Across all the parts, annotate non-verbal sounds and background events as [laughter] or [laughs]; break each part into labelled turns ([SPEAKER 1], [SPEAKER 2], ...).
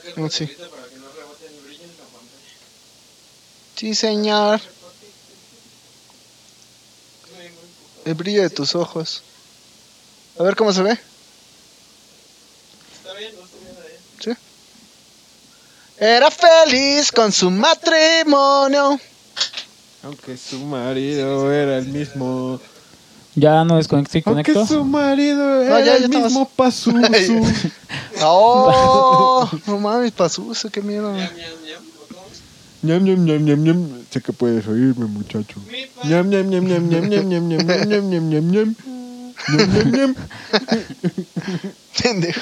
[SPEAKER 1] Ah, Sí. Sí, señor. El brillo de tus ojos. A ver cómo se ve.
[SPEAKER 2] Está bien, no estoy viendo ahí.
[SPEAKER 1] Sí. Era feliz con
[SPEAKER 2] [laughs]
[SPEAKER 1] su matrimonio.
[SPEAKER 3] Aunque su marido era el mismo.
[SPEAKER 4] Ya no desconecto y
[SPEAKER 3] Aunque
[SPEAKER 4] conecto.
[SPEAKER 3] Ah, su marido era
[SPEAKER 1] ya- ya
[SPEAKER 3] el
[SPEAKER 1] estamos.
[SPEAKER 3] mismo
[SPEAKER 1] [laughs]
[SPEAKER 3] Pazuzu.
[SPEAKER 1] Ay. Oh, no mames, pasuso, qué miedo.
[SPEAKER 2] Ñam, ñam, ñam. ¿o cómo?
[SPEAKER 3] ñam, ñam, ñam, ñam, ñam. Sé que puedes oírme, muchacho.
[SPEAKER 2] Mi pa-
[SPEAKER 3] Ñam, ñam, ñam, ñam, ñam, ñam, ñam, ñam, ñam, ñam, ñam, ñam, ñam. Ñam, ñam, ñam.
[SPEAKER 1] Pendejo.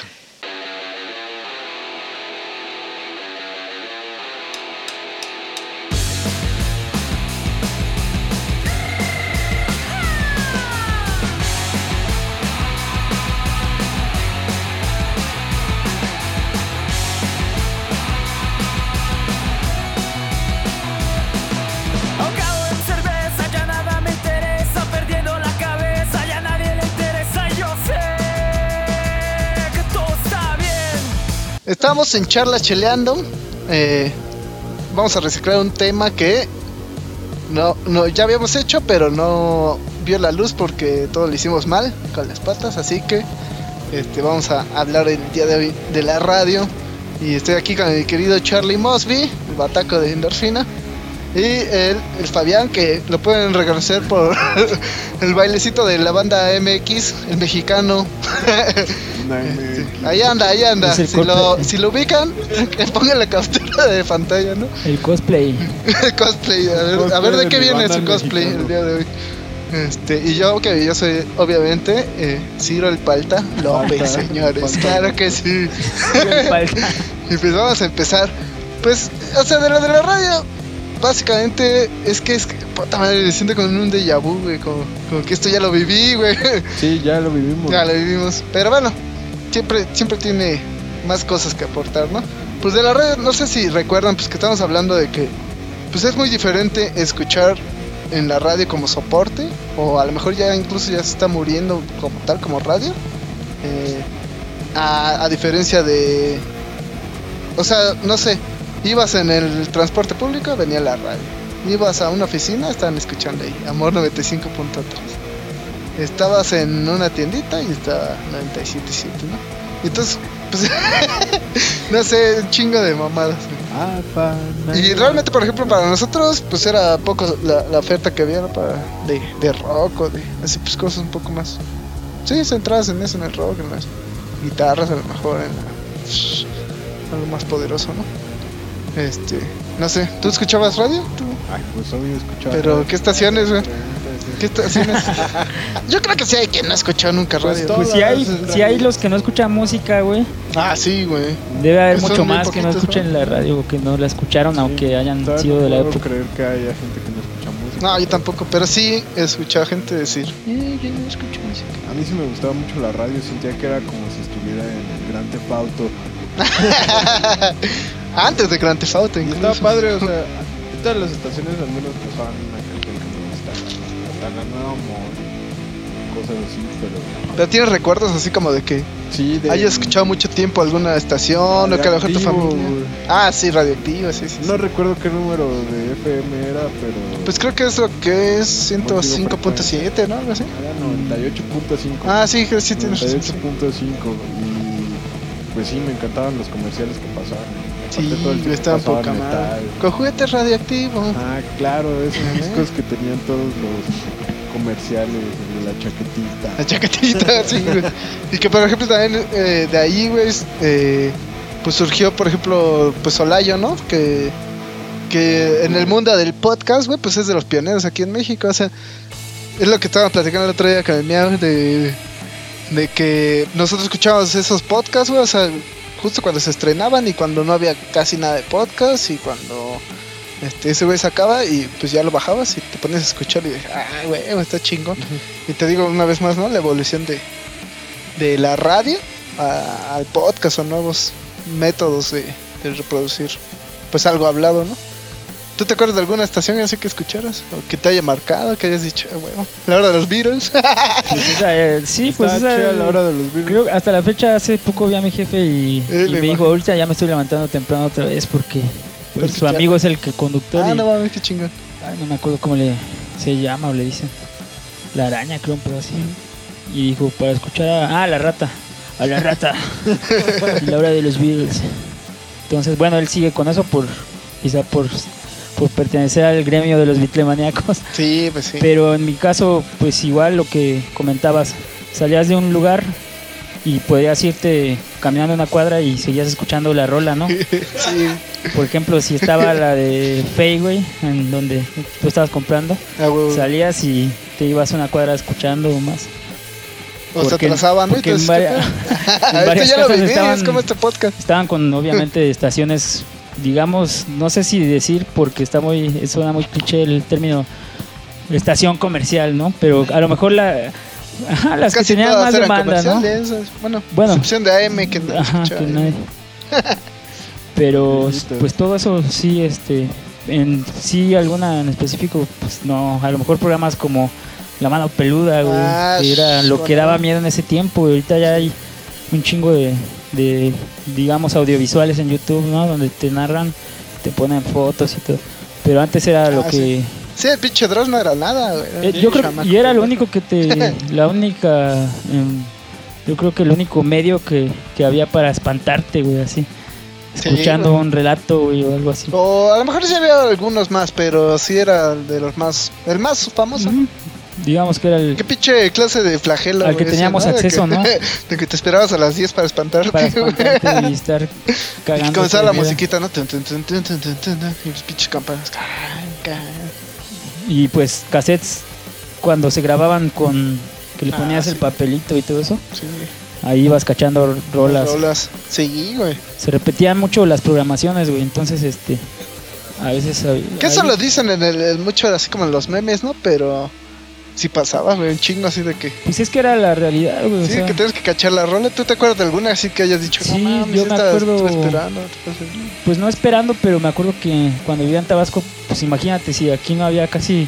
[SPEAKER 5] Ahogado en cerveza, ya nada me interesa, perdiendo la cabeza, ya nadie le interesa y yo sé que todo está bien.
[SPEAKER 1] Estamos en charla cheleando. Eh, vamos a reciclar un tema que no, no ya habíamos hecho, pero no vio la luz porque todo lo hicimos mal con las patas. Así que este, vamos a hablar el día de hoy de la radio. Y estoy aquí con mi querido Charlie Mosby, el bataco de endorfina. Y el, el Fabián, que lo pueden reconocer por [laughs] el bailecito de la banda MX, el mexicano. [laughs] Ahí anda, ahí anda.
[SPEAKER 4] Es el
[SPEAKER 1] Si lo,
[SPEAKER 4] corte.
[SPEAKER 1] si lo ubican, [laughs] que pongan la captura de pantalla, ¿no? [laughs]
[SPEAKER 4] El cosplay.
[SPEAKER 1] El cosplay. A ver, a
[SPEAKER 3] cosplay
[SPEAKER 1] ver de
[SPEAKER 3] de
[SPEAKER 1] qué
[SPEAKER 3] mi
[SPEAKER 1] viene
[SPEAKER 3] banda
[SPEAKER 1] su cosplay
[SPEAKER 3] mexicano.
[SPEAKER 1] el día de hoy. Este, y yo, que yo soy, obviamente, eh, Ciro el Palta López,
[SPEAKER 3] Palta,
[SPEAKER 1] señores.
[SPEAKER 3] Palta.
[SPEAKER 1] Claro que sí.
[SPEAKER 4] Falta.
[SPEAKER 1] Y pues vamos a empezar. Pues, o sea, de la de la radio, básicamente es que es que, puta madre, me siento como en un déjà vu, güey. Como, como que esto ya lo viví, güey.
[SPEAKER 3] Sí, ya lo vivimos.
[SPEAKER 1] Ya lo vivimos. Pero bueno, siempre, siempre tiene más cosas que aportar, ¿no? Pues de la red, no sé si recuerdan, pues que estamos hablando de que pues es muy diferente escuchar en la radio como soporte, o a lo mejor ya incluso ya se está muriendo como tal, como radio. eh, a, a diferencia de. O sea, no sé, ibas en el transporte público, venía la radio. Ibas a una oficina, estaban escuchando ahí, Amor 95.3 estabas en una tiendita y estaba 97.7, ¿no? Entonces, pues, [laughs] no sé, un chingo de mamadas. güey. Y realmente, por ejemplo, para nosotros, pues era poco la, la oferta que había ¿no? para de, de rock o de así, pues cosas un poco más. Sí, centradas en eso, en el rock, en las guitarras, a lo mejor, en la- algo más poderoso, ¿no? Este, no sé, ¿tú escuchabas radio? ¿Tú?
[SPEAKER 3] Ay, pues obvio escuchaba.
[SPEAKER 1] Pero, ¿qué estaciones, güey? ¿Qué estaciones? Yo creo que sí hay quien no ha escuchado nunca
[SPEAKER 3] Pues
[SPEAKER 1] radio.
[SPEAKER 3] todo.
[SPEAKER 4] Pues si hay, si hay los que no escuchan música, güey,
[SPEAKER 1] Ah, sí, güey.
[SPEAKER 4] debe haber
[SPEAKER 1] Son
[SPEAKER 4] mucho
[SPEAKER 1] muy
[SPEAKER 4] más que no
[SPEAKER 1] poquitos,
[SPEAKER 4] escuchen la radio o que no la escucharon, aunque hayan
[SPEAKER 3] Todavía
[SPEAKER 4] sido
[SPEAKER 3] no
[SPEAKER 4] de la
[SPEAKER 3] puedo
[SPEAKER 4] época.
[SPEAKER 3] creer que haya gente que no escucha música.
[SPEAKER 1] No, yo tampoco, pero sí he escuchado gente decir.
[SPEAKER 3] A mí sí me gustaba mucho la radio, sentía que era como si estuviera en el Gran Tefauto.
[SPEAKER 1] Antes de Grand Theft Auto,
[SPEAKER 3] Y estaba
[SPEAKER 1] incluso.
[SPEAKER 3] padre, o sea, todas las estaciones al menos pasaban una canción que me gustaba. Hasta la nueva Amor, cosas así, pero...
[SPEAKER 1] Pero tienes recuerdos así como de que
[SPEAKER 3] Sí, de...
[SPEAKER 1] hayas escuchado mucho tiempo alguna estación o que a lo mejor tu
[SPEAKER 3] Radioactivo,
[SPEAKER 1] familia.
[SPEAKER 3] güey.
[SPEAKER 1] Ah, sí, radioactivo, sí, sí. sí.
[SPEAKER 3] No recuerdo qué número de FM era, pero...
[SPEAKER 1] Pues creo que es lo que es 105.7, ¿no? Algo así.
[SPEAKER 3] Era 98.5.
[SPEAKER 1] Ah, sí, creo que sí tienes razón. sí.
[SPEAKER 3] 98.5 y pues sí, me encantaban los comerciales que pasaban. Aparte, todo el
[SPEAKER 1] Sí,
[SPEAKER 3] tiempo
[SPEAKER 1] estaba
[SPEAKER 3] pasaban
[SPEAKER 1] poca
[SPEAKER 3] metal.
[SPEAKER 1] madre. Con juguetes radioactivos.
[SPEAKER 3] Ah, claro, esos
[SPEAKER 1] [laughs] Ajá.
[SPEAKER 3] discos que tenían todos los comerciales, el de la chaquetita.
[SPEAKER 1] La chaquetita, [laughs] sí, güey. Y que por ejemplo también eh, de ahí, güey, es, eh, pues surgió, por ejemplo, pues Solayo, ¿no? Que, que en el mundo del podcast, güey, pues es de los pioneros aquí en México. O sea, es lo que estábamos platicando el otro día con el Miau, de, de que nosotros escuchábamos esos podcasts, güey, o sea, justo cuando se estrenaban y cuando no había casi nada de podcast y cuando... Este, ese güey sacaba y pues ya lo bajabas y te ponías a escuchar y dije, ah, güey, está chingón. Y te digo una vez más, ¿no? La evolución de, de la radio a- al podcast o nuevos métodos de, de reproducir, pues algo hablado, ¿no? ¿Tú te acuerdas de alguna estación así que escucharas? ¿O que te haya marcado? Que hayas dicho, "Ah, huevo, la hora de los Beatles. [laughs] Ah,
[SPEAKER 4] Pues esa, eh, sí, pues
[SPEAKER 3] Estaba
[SPEAKER 4] esa,
[SPEAKER 3] chida la hora de los Beatles.
[SPEAKER 4] creo que hasta la fecha hace poco vi a mi jefe
[SPEAKER 1] Eh,
[SPEAKER 4] y, y
[SPEAKER 1] la
[SPEAKER 4] me
[SPEAKER 1] imagen.
[SPEAKER 4] dijo, ahorita ya me estoy levantando temprano otra vez porque pues, su
[SPEAKER 1] ya-
[SPEAKER 4] amigo es el que conductor.
[SPEAKER 1] ah,
[SPEAKER 4] y-
[SPEAKER 1] no mames, qué chingón.
[SPEAKER 4] Ay, no me acuerdo cómo le se llama o le dicen. La araña, creo, pero así. Y dijo, para escuchar a... Ah, la rata. A la rata. Y la hora de los Beatles. Entonces, bueno, él sigue con eso por... Quizá por, por pertenecer al gremio de los Beatlemaníacos.
[SPEAKER 1] Sí, pues sí.
[SPEAKER 4] Pero en mi caso, pues igual lo que comentabas. Salías de un lugar y podías irte caminando una cuadra y seguías escuchando la rola, ¿no?
[SPEAKER 1] sí,
[SPEAKER 4] Por ejemplo, si estaba la de Fayway, en donde tú estabas comprando,
[SPEAKER 1] ah, huevo.
[SPEAKER 4] salías y te ibas una cuadra escuchando o más.
[SPEAKER 1] O se
[SPEAKER 4] porque-
[SPEAKER 1] atrasaban, ¿no? Y
[SPEAKER 4] porque
[SPEAKER 1] te decías,
[SPEAKER 4] en varia-
[SPEAKER 1] "¿Qué pedo?". [laughs]
[SPEAKER 4] [laughs] en
[SPEAKER 1] Esto
[SPEAKER 4] varias
[SPEAKER 1] ya lo
[SPEAKER 4] casas
[SPEAKER 1] viví,
[SPEAKER 4] estaban-
[SPEAKER 1] es como este podcast. [laughs]
[SPEAKER 4] Estaban con obviamente estaciones, digamos, no sé si decir porque está muy suena muy cliché el término estación comercial, ¿no? Pero a lo mejor la [laughs] ajá, las que
[SPEAKER 1] Casi
[SPEAKER 4] tenían
[SPEAKER 1] todas
[SPEAKER 4] más
[SPEAKER 1] eran
[SPEAKER 4] demanda, ¿no?
[SPEAKER 1] comerciales. esas. Bueno,
[SPEAKER 4] Bueno.
[SPEAKER 1] excepción de AM que no ¿eh?
[SPEAKER 4] Ajá,
[SPEAKER 1] escuchaba. [laughs]
[SPEAKER 4] que nadie. Pero
[SPEAKER 3] Listo.
[SPEAKER 4] pues todo eso sí, este, en sí alguna en específico, pues no, a lo mejor programas como La mano peluda, güey,
[SPEAKER 1] Ah,
[SPEAKER 4] que era lo que
[SPEAKER 1] bueno.
[SPEAKER 4] daba miedo en ese tiempo, y ahorita ya hay un chingo de, de, digamos audiovisuales en YouTube, ¿no? Donde te narran, te ponen fotos y todo. Pero antes era lo
[SPEAKER 1] Ah,
[SPEAKER 4] que
[SPEAKER 1] sí. Sí, el pinche Dross no era nada, güey. Era
[SPEAKER 4] eh,
[SPEAKER 1] un
[SPEAKER 4] yo creo
[SPEAKER 1] chamaco.
[SPEAKER 4] y era lo único
[SPEAKER 1] [laughs]
[SPEAKER 4] que te la única em, yo creo que el único medio que, que había para espantarte güey así
[SPEAKER 1] Sí,
[SPEAKER 4] escuchando
[SPEAKER 1] güey.
[SPEAKER 4] un relato güey o algo así
[SPEAKER 1] O a lo mejor sí había algunos más, pero sí era el de los más. El más famoso.
[SPEAKER 4] Ujú. digamos que era el
[SPEAKER 1] ¿Qué pinche clase de flagelo?
[SPEAKER 4] Al que
[SPEAKER 1] güey,
[SPEAKER 4] teníamos
[SPEAKER 1] ese,
[SPEAKER 4] acceso,
[SPEAKER 1] De
[SPEAKER 4] ¿no?
[SPEAKER 1] que, [laughs] de que te esperabas a las 10 para espantarte.
[SPEAKER 4] para
[SPEAKER 1] güey.
[SPEAKER 4] espantarte y estar
[SPEAKER 1] [laughs]
[SPEAKER 4] cagando
[SPEAKER 1] y comenzaba la
[SPEAKER 4] tu vida.
[SPEAKER 1] musiquita, ¿no? Tun, tun, tun, tun, tun, tun, tun, tun, y los pinches campanas. Can, can.
[SPEAKER 4] y pues cassettes cuando se grababan con que le
[SPEAKER 1] Ah,
[SPEAKER 4] ponías el
[SPEAKER 1] sí.
[SPEAKER 4] papelito y todo eso
[SPEAKER 1] Sí,
[SPEAKER 4] ahí ibas cachando rolas
[SPEAKER 1] rolas. Sí, güey.
[SPEAKER 4] se repetían mucho las programaciones güey entonces este a veces a-
[SPEAKER 1] Que eso
[SPEAKER 4] ahí-
[SPEAKER 1] lo dicen en el, en mucho, así como en los memes, ¿no? Pero sí pasaba, güey, un chingo así de que.
[SPEAKER 4] pues es que era la realidad güey o
[SPEAKER 1] Sí,
[SPEAKER 4] sea.
[SPEAKER 1] que tienes que cachar la rola. ¿Tú te acuerdas de alguna así que hayas dicho?
[SPEAKER 4] Sí,
[SPEAKER 1] no mames,
[SPEAKER 4] yo me
[SPEAKER 1] esta
[SPEAKER 4] acuerdo-
[SPEAKER 1] estuve esperando. entonces,
[SPEAKER 4] Pues no esperando, pero me acuerdo que cuando vivía en Tabasco, pues imagínate, si aquí no había casi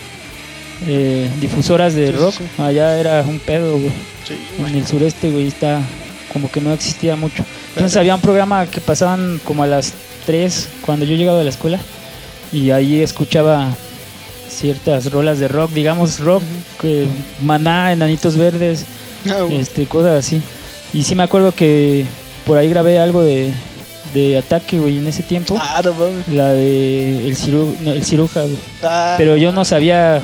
[SPEAKER 4] eh, difusoras de
[SPEAKER 1] Sí, sí,
[SPEAKER 4] rock,
[SPEAKER 1] sí.
[SPEAKER 4] allá era un pedo, güey.
[SPEAKER 1] sí, güey.
[SPEAKER 4] En el sureste, güey, está como que no existía mucho. Entonces
[SPEAKER 1] Claro.
[SPEAKER 4] había un programa que pasaban como a las 3 cuando yo llegaba de la escuela y ahí escuchaba ciertas rolas de rock, digamos rock, que maná, enanitos verdes,
[SPEAKER 1] Ah, güey.
[SPEAKER 4] este, cosas así. Y sí me acuerdo que por ahí grabé algo de, de ataque, güey, en ese tiempo.
[SPEAKER 1] Ah, no mames.
[SPEAKER 4] La de el, ciru- no, el ciruja, güey.
[SPEAKER 1] Ah.
[SPEAKER 4] Pero yo no sabía,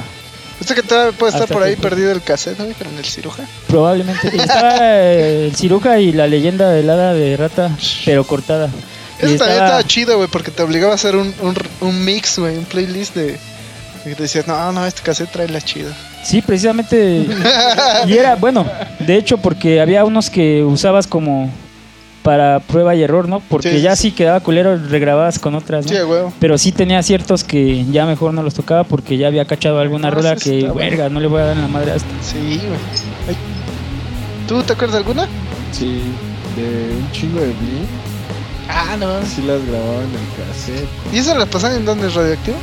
[SPEAKER 1] Usted que todavía puede estar
[SPEAKER 4] Hasta
[SPEAKER 1] por ahí
[SPEAKER 4] que-
[SPEAKER 1] perdido el cassette, ¿no? Con el ciruja.
[SPEAKER 4] probablemente. [laughs] Estaba eh, el ciruja y la leyenda helada de rata, pero cortada. Y
[SPEAKER 1] Eso también
[SPEAKER 4] estaba-
[SPEAKER 1] estaba chido, güey, porque te obligaba a hacer un, un, un mix, güey, un playlist de. Y te decías, no, no, este cassette trae la chida.
[SPEAKER 4] Sí, precisamente. y era, bueno, de hecho, porque había unos que usabas como para prueba y error, ¿no? Porque
[SPEAKER 1] Sí, sí,
[SPEAKER 4] ya
[SPEAKER 1] sí.
[SPEAKER 4] si quedaba culero, regrababas con otras, ¿no?
[SPEAKER 1] Sí, güey.
[SPEAKER 4] Pero sí tenía ciertos que ya mejor no los tocaba porque ya había cachado alguna
[SPEAKER 1] Ah,
[SPEAKER 4] rola
[SPEAKER 1] sí,
[SPEAKER 4] que,
[SPEAKER 1] está bueno.
[SPEAKER 4] verga, no le voy a dar en la madre a este esto.
[SPEAKER 1] Sí, güey. Ay. ¿Tú te acuerdas de alguna?
[SPEAKER 3] Sí, de un chingo de Blink.
[SPEAKER 1] Ah, no.
[SPEAKER 3] Sí las grababan en el cassette.
[SPEAKER 1] ¿Y eso la pasaban en donde es radioactivo?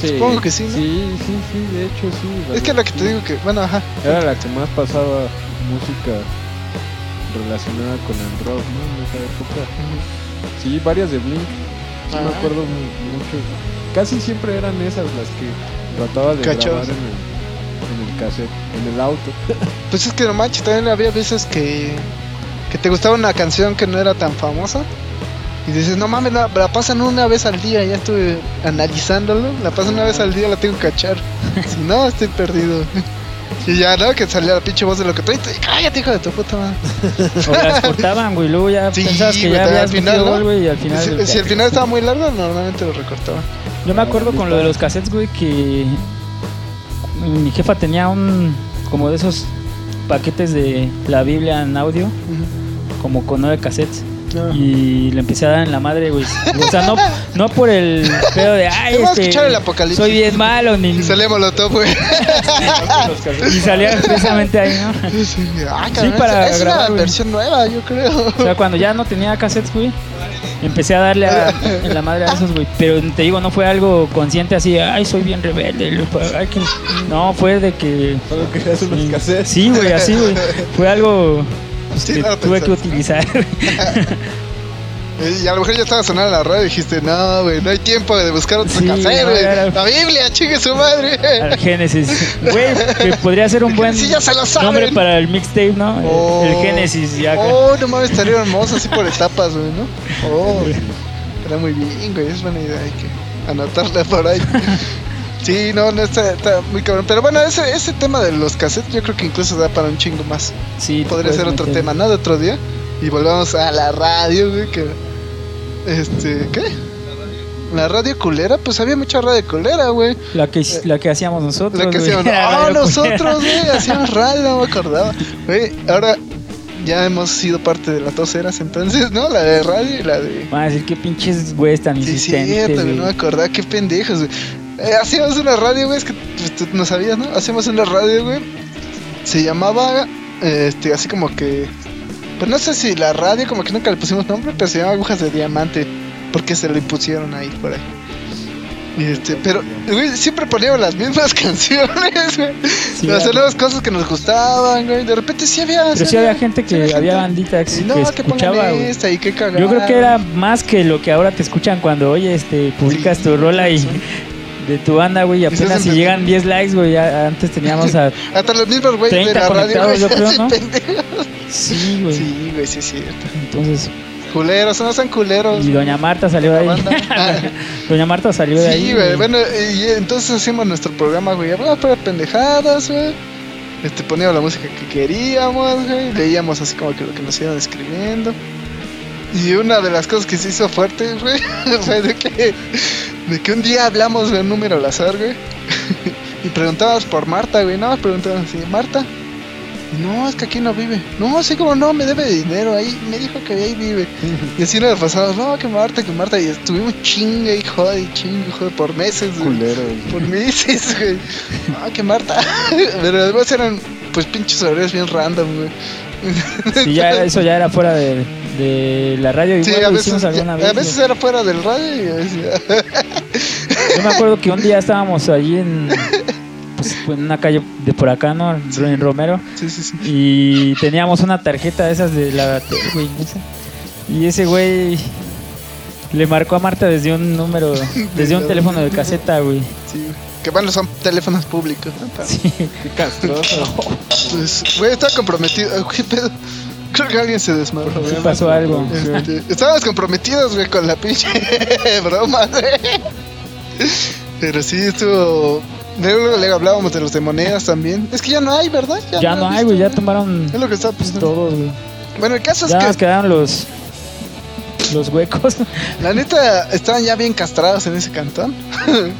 [SPEAKER 1] Supongo que sí, ¿no?
[SPEAKER 3] Sí, sí, sí, de hecho sí.
[SPEAKER 1] Es que la que te digo que, bueno, ajá.
[SPEAKER 3] Era la que más pasaba música relacionada con el rock, ¿no? En esa época. Sí, varias de Blink. Sí, me
[SPEAKER 1] Ah.
[SPEAKER 3] acuerdo mu- mucho. Casi siempre eran esas las que trataba de
[SPEAKER 1] Cachos.
[SPEAKER 3] grabar en el, en el cassette, en el auto.
[SPEAKER 1] Pues es que no manches, también había veces que, que te gustaba una canción que no era tan famosa. Y dices, no mames, la, la pasan una vez al día, ya estuve analizándolo. La pasan una vez al día, la tengo que
[SPEAKER 4] [laughs]
[SPEAKER 1] cachar. si no, estoy perdido. Y ya, ¿no? Que salía la pinche voz de lo que traes. Cállate, hijo de tu puta madre. [laughs]
[SPEAKER 4] O las cortaban, güey. Luego ya
[SPEAKER 1] Sí,
[SPEAKER 4] pensabas que
[SPEAKER 1] güey,
[SPEAKER 4] ya
[SPEAKER 1] al
[SPEAKER 4] habías
[SPEAKER 1] final,
[SPEAKER 4] metido
[SPEAKER 1] ¿no?
[SPEAKER 4] gol, güey, y al final.
[SPEAKER 1] si, si el final estaba muy largo, normalmente lo recortaban.
[SPEAKER 4] Yo me acuerdo con lo de los cassettes, güey, que mi jefa tenía un. como de esos paquetes de la Biblia en audio, como con nueve cassettes.
[SPEAKER 1] No.
[SPEAKER 4] Y le empecé a dar en la madre, güey. O sea, no, no por el pedo
[SPEAKER 1] [laughs]
[SPEAKER 4] de. Ay,
[SPEAKER 1] Te voy a
[SPEAKER 4] este,
[SPEAKER 1] escuchar el apocalipsis".
[SPEAKER 4] Soy bien malo, ni.
[SPEAKER 1] Y salía Molotov, güey.
[SPEAKER 4] y
[SPEAKER 1] [laughs]
[SPEAKER 4] salía precisamente ahí, ¿no?
[SPEAKER 1] ah, cabrón,
[SPEAKER 4] para
[SPEAKER 1] es, es una
[SPEAKER 4] grabar, güey.
[SPEAKER 1] versión nueva, yo creo.
[SPEAKER 4] O sea, cuando ya no tenía cassettes, güey, Empecé a darle a- en la madre a esos, güey. Pero te digo, no fue algo consciente así, ay, soy bien rebelde. lo- ay, que-". No, fue de que.
[SPEAKER 3] Solo querías unos cassettes.
[SPEAKER 4] Sí, güey, así, güey. Fue algo pues,
[SPEAKER 1] Sí,
[SPEAKER 4] que
[SPEAKER 1] no lo
[SPEAKER 4] tuve que
[SPEAKER 1] pensaste.
[SPEAKER 4] utilizar. [laughs]
[SPEAKER 1] Y a lo mejor ya estaba sonando la radio y dijiste, no, güey, no hay tiempo de buscar otro
[SPEAKER 4] Sí,
[SPEAKER 1] cassette,
[SPEAKER 4] no,
[SPEAKER 1] güey.
[SPEAKER 4] era-
[SPEAKER 1] La Biblia, chingue su
[SPEAKER 4] [laughs]
[SPEAKER 1] madre.
[SPEAKER 4] al Génesis. Güey, que podría ser un buen
[SPEAKER 1] Sí, ya se lo saben.
[SPEAKER 4] nombre para el mixtape, ¿no? El-
[SPEAKER 1] Oh.
[SPEAKER 4] El, Génesis, ya.
[SPEAKER 1] Oh, no mames, estaría hermoso así por etapas, güey, ¿no? Oh, era muy bien, güey, es buena idea, hay que anotarla por ahí. Sí, no, no, está, está muy cabrón. Pero bueno, ese, ese tema de los cassettes yo creo que incluso da para un chingo más.
[SPEAKER 4] Sí, te
[SPEAKER 1] Podría
[SPEAKER 4] puedes
[SPEAKER 1] ser otro
[SPEAKER 4] meter.
[SPEAKER 1] tema, ¿no? De otro día. Y volvamos a la radio, güey, que... Este, ¿qué? La radio culera, pues había mucha radio culera, güey.
[SPEAKER 4] La que, la que hacíamos nosotros.
[SPEAKER 1] La que
[SPEAKER 4] güey. [laughs]
[SPEAKER 1] hacíamos.
[SPEAKER 4] Era
[SPEAKER 1] Ah,
[SPEAKER 4] radio
[SPEAKER 1] nosotros,
[SPEAKER 4] culera.
[SPEAKER 1] güey, hacíamos radio, no me acordaba. Güey, ahora ya hemos sido parte de las dos eras entonces, ¿no? La de radio y la de.
[SPEAKER 4] Van a decir que pinches güeyes tan
[SPEAKER 1] Sí,
[SPEAKER 4] insistentes.
[SPEAKER 1] cierto, güey,
[SPEAKER 4] güey.
[SPEAKER 1] no me acordaba, qué pendejos, güey. Eh, hacíamos una radio, güey, es que pues, tú no sabías, ¿no? Hacíamos una radio, güey. Se llamaba, eh, este, así como que. Pues no sé si la radio, como que nunca le pusimos nombre, pero se llamaba Agujas de Diamante, porque se le pusieron ahí, por ahí. Y, Este, pero, güey, siempre poníamos las mismas [laughs] canciones, güey.
[SPEAKER 4] Sí,
[SPEAKER 1] Nos
[SPEAKER 4] había-
[SPEAKER 1] hacíamos cosas que nos gustaban, güey. De repente sí había.
[SPEAKER 4] Pero sí había gente
[SPEAKER 1] sí
[SPEAKER 4] que
[SPEAKER 1] había
[SPEAKER 4] había
[SPEAKER 1] gente.
[SPEAKER 4] bandita que,
[SPEAKER 1] Y no,
[SPEAKER 4] que
[SPEAKER 1] que, pongan
[SPEAKER 4] escuchaba, güey.
[SPEAKER 1] esta y que
[SPEAKER 4] Yo creo que era más que lo que ahora te escuchan cuando, oye, este, publicas
[SPEAKER 1] Sí,
[SPEAKER 4] tu rola y
[SPEAKER 1] razón.
[SPEAKER 4] de tu banda, güey, y
[SPEAKER 1] Estás
[SPEAKER 4] apenas si
[SPEAKER 1] empezando.
[SPEAKER 4] llegan 10 likes, güey, ya- antes teníamos a...
[SPEAKER 1] Hasta los mismos güeyes de
[SPEAKER 4] 30
[SPEAKER 1] la radio, güey.
[SPEAKER 4] conectados, yo creo,
[SPEAKER 1] Sí, [laughs]
[SPEAKER 4] ¿no? Pues.
[SPEAKER 1] pendejo.
[SPEAKER 4] Sí, güey.
[SPEAKER 1] Sí, güey, sí es cierto.
[SPEAKER 4] Entonces,
[SPEAKER 1] Culeros, no sean culeros.
[SPEAKER 4] y Doña Marta salió de
[SPEAKER 1] la
[SPEAKER 4] ahí. [laughs]
[SPEAKER 1] banda. Ah,
[SPEAKER 4] Doña Marta salió de ahí.
[SPEAKER 1] sí, güey, bueno, y entonces hacíamos nuestro programa, güey. Hablaba para pendejadas, güey. Este, poníamos la música que queríamos, güey. Leíamos así como que lo que nos iban escribiendo. Y una de las cosas que se hizo fuerte, güey, [laughs] fue de que, de que un día hablamos de un número al azar, güey. [laughs] Y preguntabas por Marta, güey. Nada más preguntabas así, Marta. No, es que aquí no vive. No, así como no, me debe dinero. Ahí me dijo que ahí
[SPEAKER 4] [laughs]
[SPEAKER 1] vive. Y así nos la pasamos, no, que Marta, que Marta. Y estuvimos chinga y joda y chinga y joda por meses, güey.
[SPEAKER 3] Culero, güey.
[SPEAKER 1] Por meses, güey. No, que Marta. [laughs] Pero además eran, pues, pinches horarios bien random, güey.
[SPEAKER 4] Sí, ya era- eso ya era fuera de, de la radio. Igual
[SPEAKER 1] Sí,
[SPEAKER 4] lo
[SPEAKER 1] a veces,
[SPEAKER 4] hicimos alguna vez.
[SPEAKER 1] a veces
[SPEAKER 4] güey.
[SPEAKER 1] era fuera del radio y a veces-
[SPEAKER 4] Yo me acuerdo que un día estábamos
[SPEAKER 1] [laughs]
[SPEAKER 4] allí en, pues, en una calle de por acá, ¿no? En Romero.
[SPEAKER 1] [laughs] Sí, sí, sí.
[SPEAKER 4] Y teníamos una tarjeta de esas de la Tel, güey. no sé. Y ese güey le marcó a Marta desde un número, desde un teléfono de caseta, güey.
[SPEAKER 1] sí, güey. Que bueno, son teléfonos públicos, ¿no? Para-
[SPEAKER 4] Sí.
[SPEAKER 1] [laughs]
[SPEAKER 3] Qué
[SPEAKER 4] [laughs]
[SPEAKER 3] castroso.
[SPEAKER 1] Pues, güey, estaba comprometido. [laughs] Ay, ¿Qué pedo? Creo que alguien se desmadró.
[SPEAKER 4] Sí pasó algo.
[SPEAKER 1] Este, estábamos comprometidos, güey, con la pinche [laughs] broma, güey. Pero sí, estuvo. Luego, luego hablábamos de los de monedas también. Es que ya no hay, ¿verdad?
[SPEAKER 4] Ya no hay, güey, ya
[SPEAKER 1] visto,
[SPEAKER 4] tomaron
[SPEAKER 1] Es lo que estaba
[SPEAKER 4] pues,
[SPEAKER 1] pensando.
[SPEAKER 4] todos, güey.
[SPEAKER 1] Bueno, el caso es
[SPEAKER 4] Ya
[SPEAKER 1] que
[SPEAKER 4] nos quedaron los los huecos. [laughs]
[SPEAKER 1] La neta, estaban ya bien castrados en ese cantón.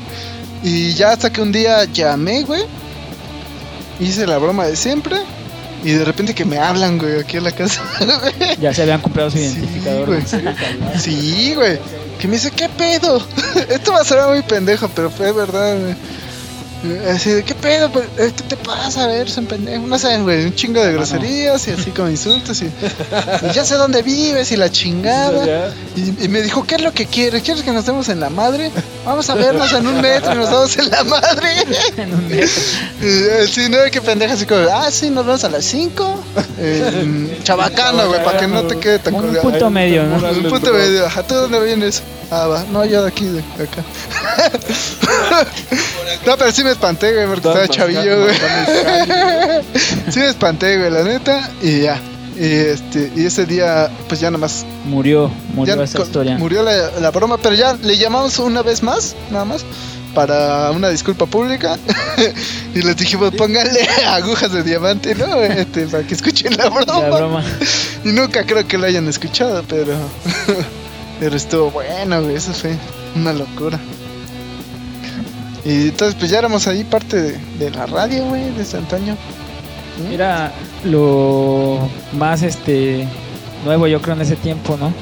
[SPEAKER 1] [laughs] y ya hasta que un día llamé, güey. Hice la broma de siempre. Y de repente que me hablan, güey, aquí en la casa. [laughs]
[SPEAKER 4] Ya se habían comprado su
[SPEAKER 1] Sí,
[SPEAKER 4] identificador.
[SPEAKER 1] güey. sí, güey. Que me dice, ¿qué pedo? [laughs] Esto va a sonar muy pendejo, pero fue verdad, güey. Así de, ¿qué pedo? pues? Eh, ¿Qué te pasa? A ver, son pendejos. No saben, güey, un chingo de groserías y así como insultos. Y, y ya sé dónde vives y la chingada.
[SPEAKER 3] Ya,
[SPEAKER 1] Y, y me dijo, ¿qué es lo que quieres? ¿Quieres que nos demos en la madre? Vamos a vernos en un metro y nos damos en la madre.
[SPEAKER 4] [laughs] En un día.
[SPEAKER 1] Eh, sí, no, qué pendeja, así como, ah, sí, nos vemos a las 5. chabacano, güey, para que no te quede tan
[SPEAKER 4] Un
[SPEAKER 1] colgado.
[SPEAKER 4] punto medio, ¿no?
[SPEAKER 1] Un punto medio, ajá, ¿tú dónde vienes? Ah, va, no, yo de aquí, de acá. [laughs] no, pero sí me espanté, güey, porque estaba chavillo, güey. [laughs] Sí me espanté, güey, la neta, y ya. Y, este, y ese día, pues ya nomás
[SPEAKER 4] Murió, murió
[SPEAKER 1] ya
[SPEAKER 4] esa
[SPEAKER 1] co-
[SPEAKER 4] historia.
[SPEAKER 1] murió la, la broma, pero ya le llamamos una vez más, nada más, para una disculpa pública. [laughs] y les dijimos, pónganle [laughs] agujas de diamante, ¿no? Este, para que escuchen la broma.
[SPEAKER 4] La broma.
[SPEAKER 1] Y nunca creo que la hayan escuchado, pero. [laughs] pero estuvo bueno, güey, eso fue una locura. Y entonces, pues ya éramos ahí parte de, de la radio, güey, desde antaño.
[SPEAKER 4] Era lo más este nuevo yo creo en ese tiempo, ¿no?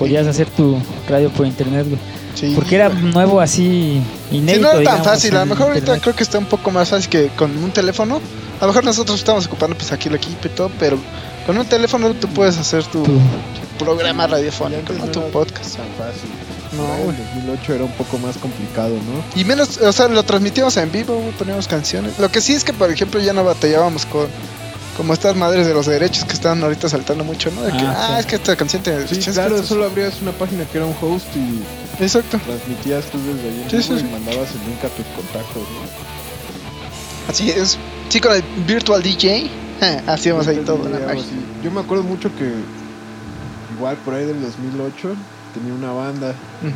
[SPEAKER 4] Podías hacer tu radio por internet, güey.
[SPEAKER 1] Sí,
[SPEAKER 4] Porque era
[SPEAKER 1] güey.
[SPEAKER 4] nuevo así,
[SPEAKER 1] Si
[SPEAKER 4] inédito.
[SPEAKER 1] no era tan
[SPEAKER 4] digamos,
[SPEAKER 1] fácil, a lo
[SPEAKER 4] en
[SPEAKER 1] mejor ahorita
[SPEAKER 4] internet.
[SPEAKER 1] creo que está un poco más fácil que con un teléfono. A lo mejor nosotros estamos ocupando pues aquí el equipo y todo, pero con un teléfono tú puedes hacer tu,
[SPEAKER 4] Tu-
[SPEAKER 1] tu, programa radiofónico,
[SPEAKER 3] antes
[SPEAKER 1] no tu
[SPEAKER 3] era
[SPEAKER 1] podcast.
[SPEAKER 3] Tan fácil.
[SPEAKER 1] No,
[SPEAKER 3] En
[SPEAKER 1] güey.
[SPEAKER 3] 2008 era un poco más complicado, ¿no?
[SPEAKER 1] Y menos, o sea, lo transmitíamos en vivo, güey, poníamos canciones. Lo que sí es que, por ejemplo, ya no batallábamos con como estas madres de los derechos que están ahorita saltando mucho, ¿no? De que,
[SPEAKER 4] Ah,
[SPEAKER 1] ah,
[SPEAKER 4] sí.
[SPEAKER 1] es que esta canción tiene
[SPEAKER 3] Sí,
[SPEAKER 1] derechos, es que
[SPEAKER 3] claro,
[SPEAKER 1] esto es-
[SPEAKER 3] solo abrías una página que era un host y
[SPEAKER 1] Exacto.
[SPEAKER 3] transmitías tú desde ahí en
[SPEAKER 1] Sí,
[SPEAKER 3] vivo
[SPEAKER 1] sí,
[SPEAKER 3] y
[SPEAKER 1] sí.
[SPEAKER 3] mandabas el link a tus contactos, ¿no?
[SPEAKER 1] Así es. Sí, con el Virtual [laughs] DJ, ja, hacíamos ahí todo. la
[SPEAKER 3] Digamos,
[SPEAKER 1] magia.
[SPEAKER 3] y Yo me acuerdo mucho que igual por ahí del 2008 tenía una banda
[SPEAKER 1] Ujú.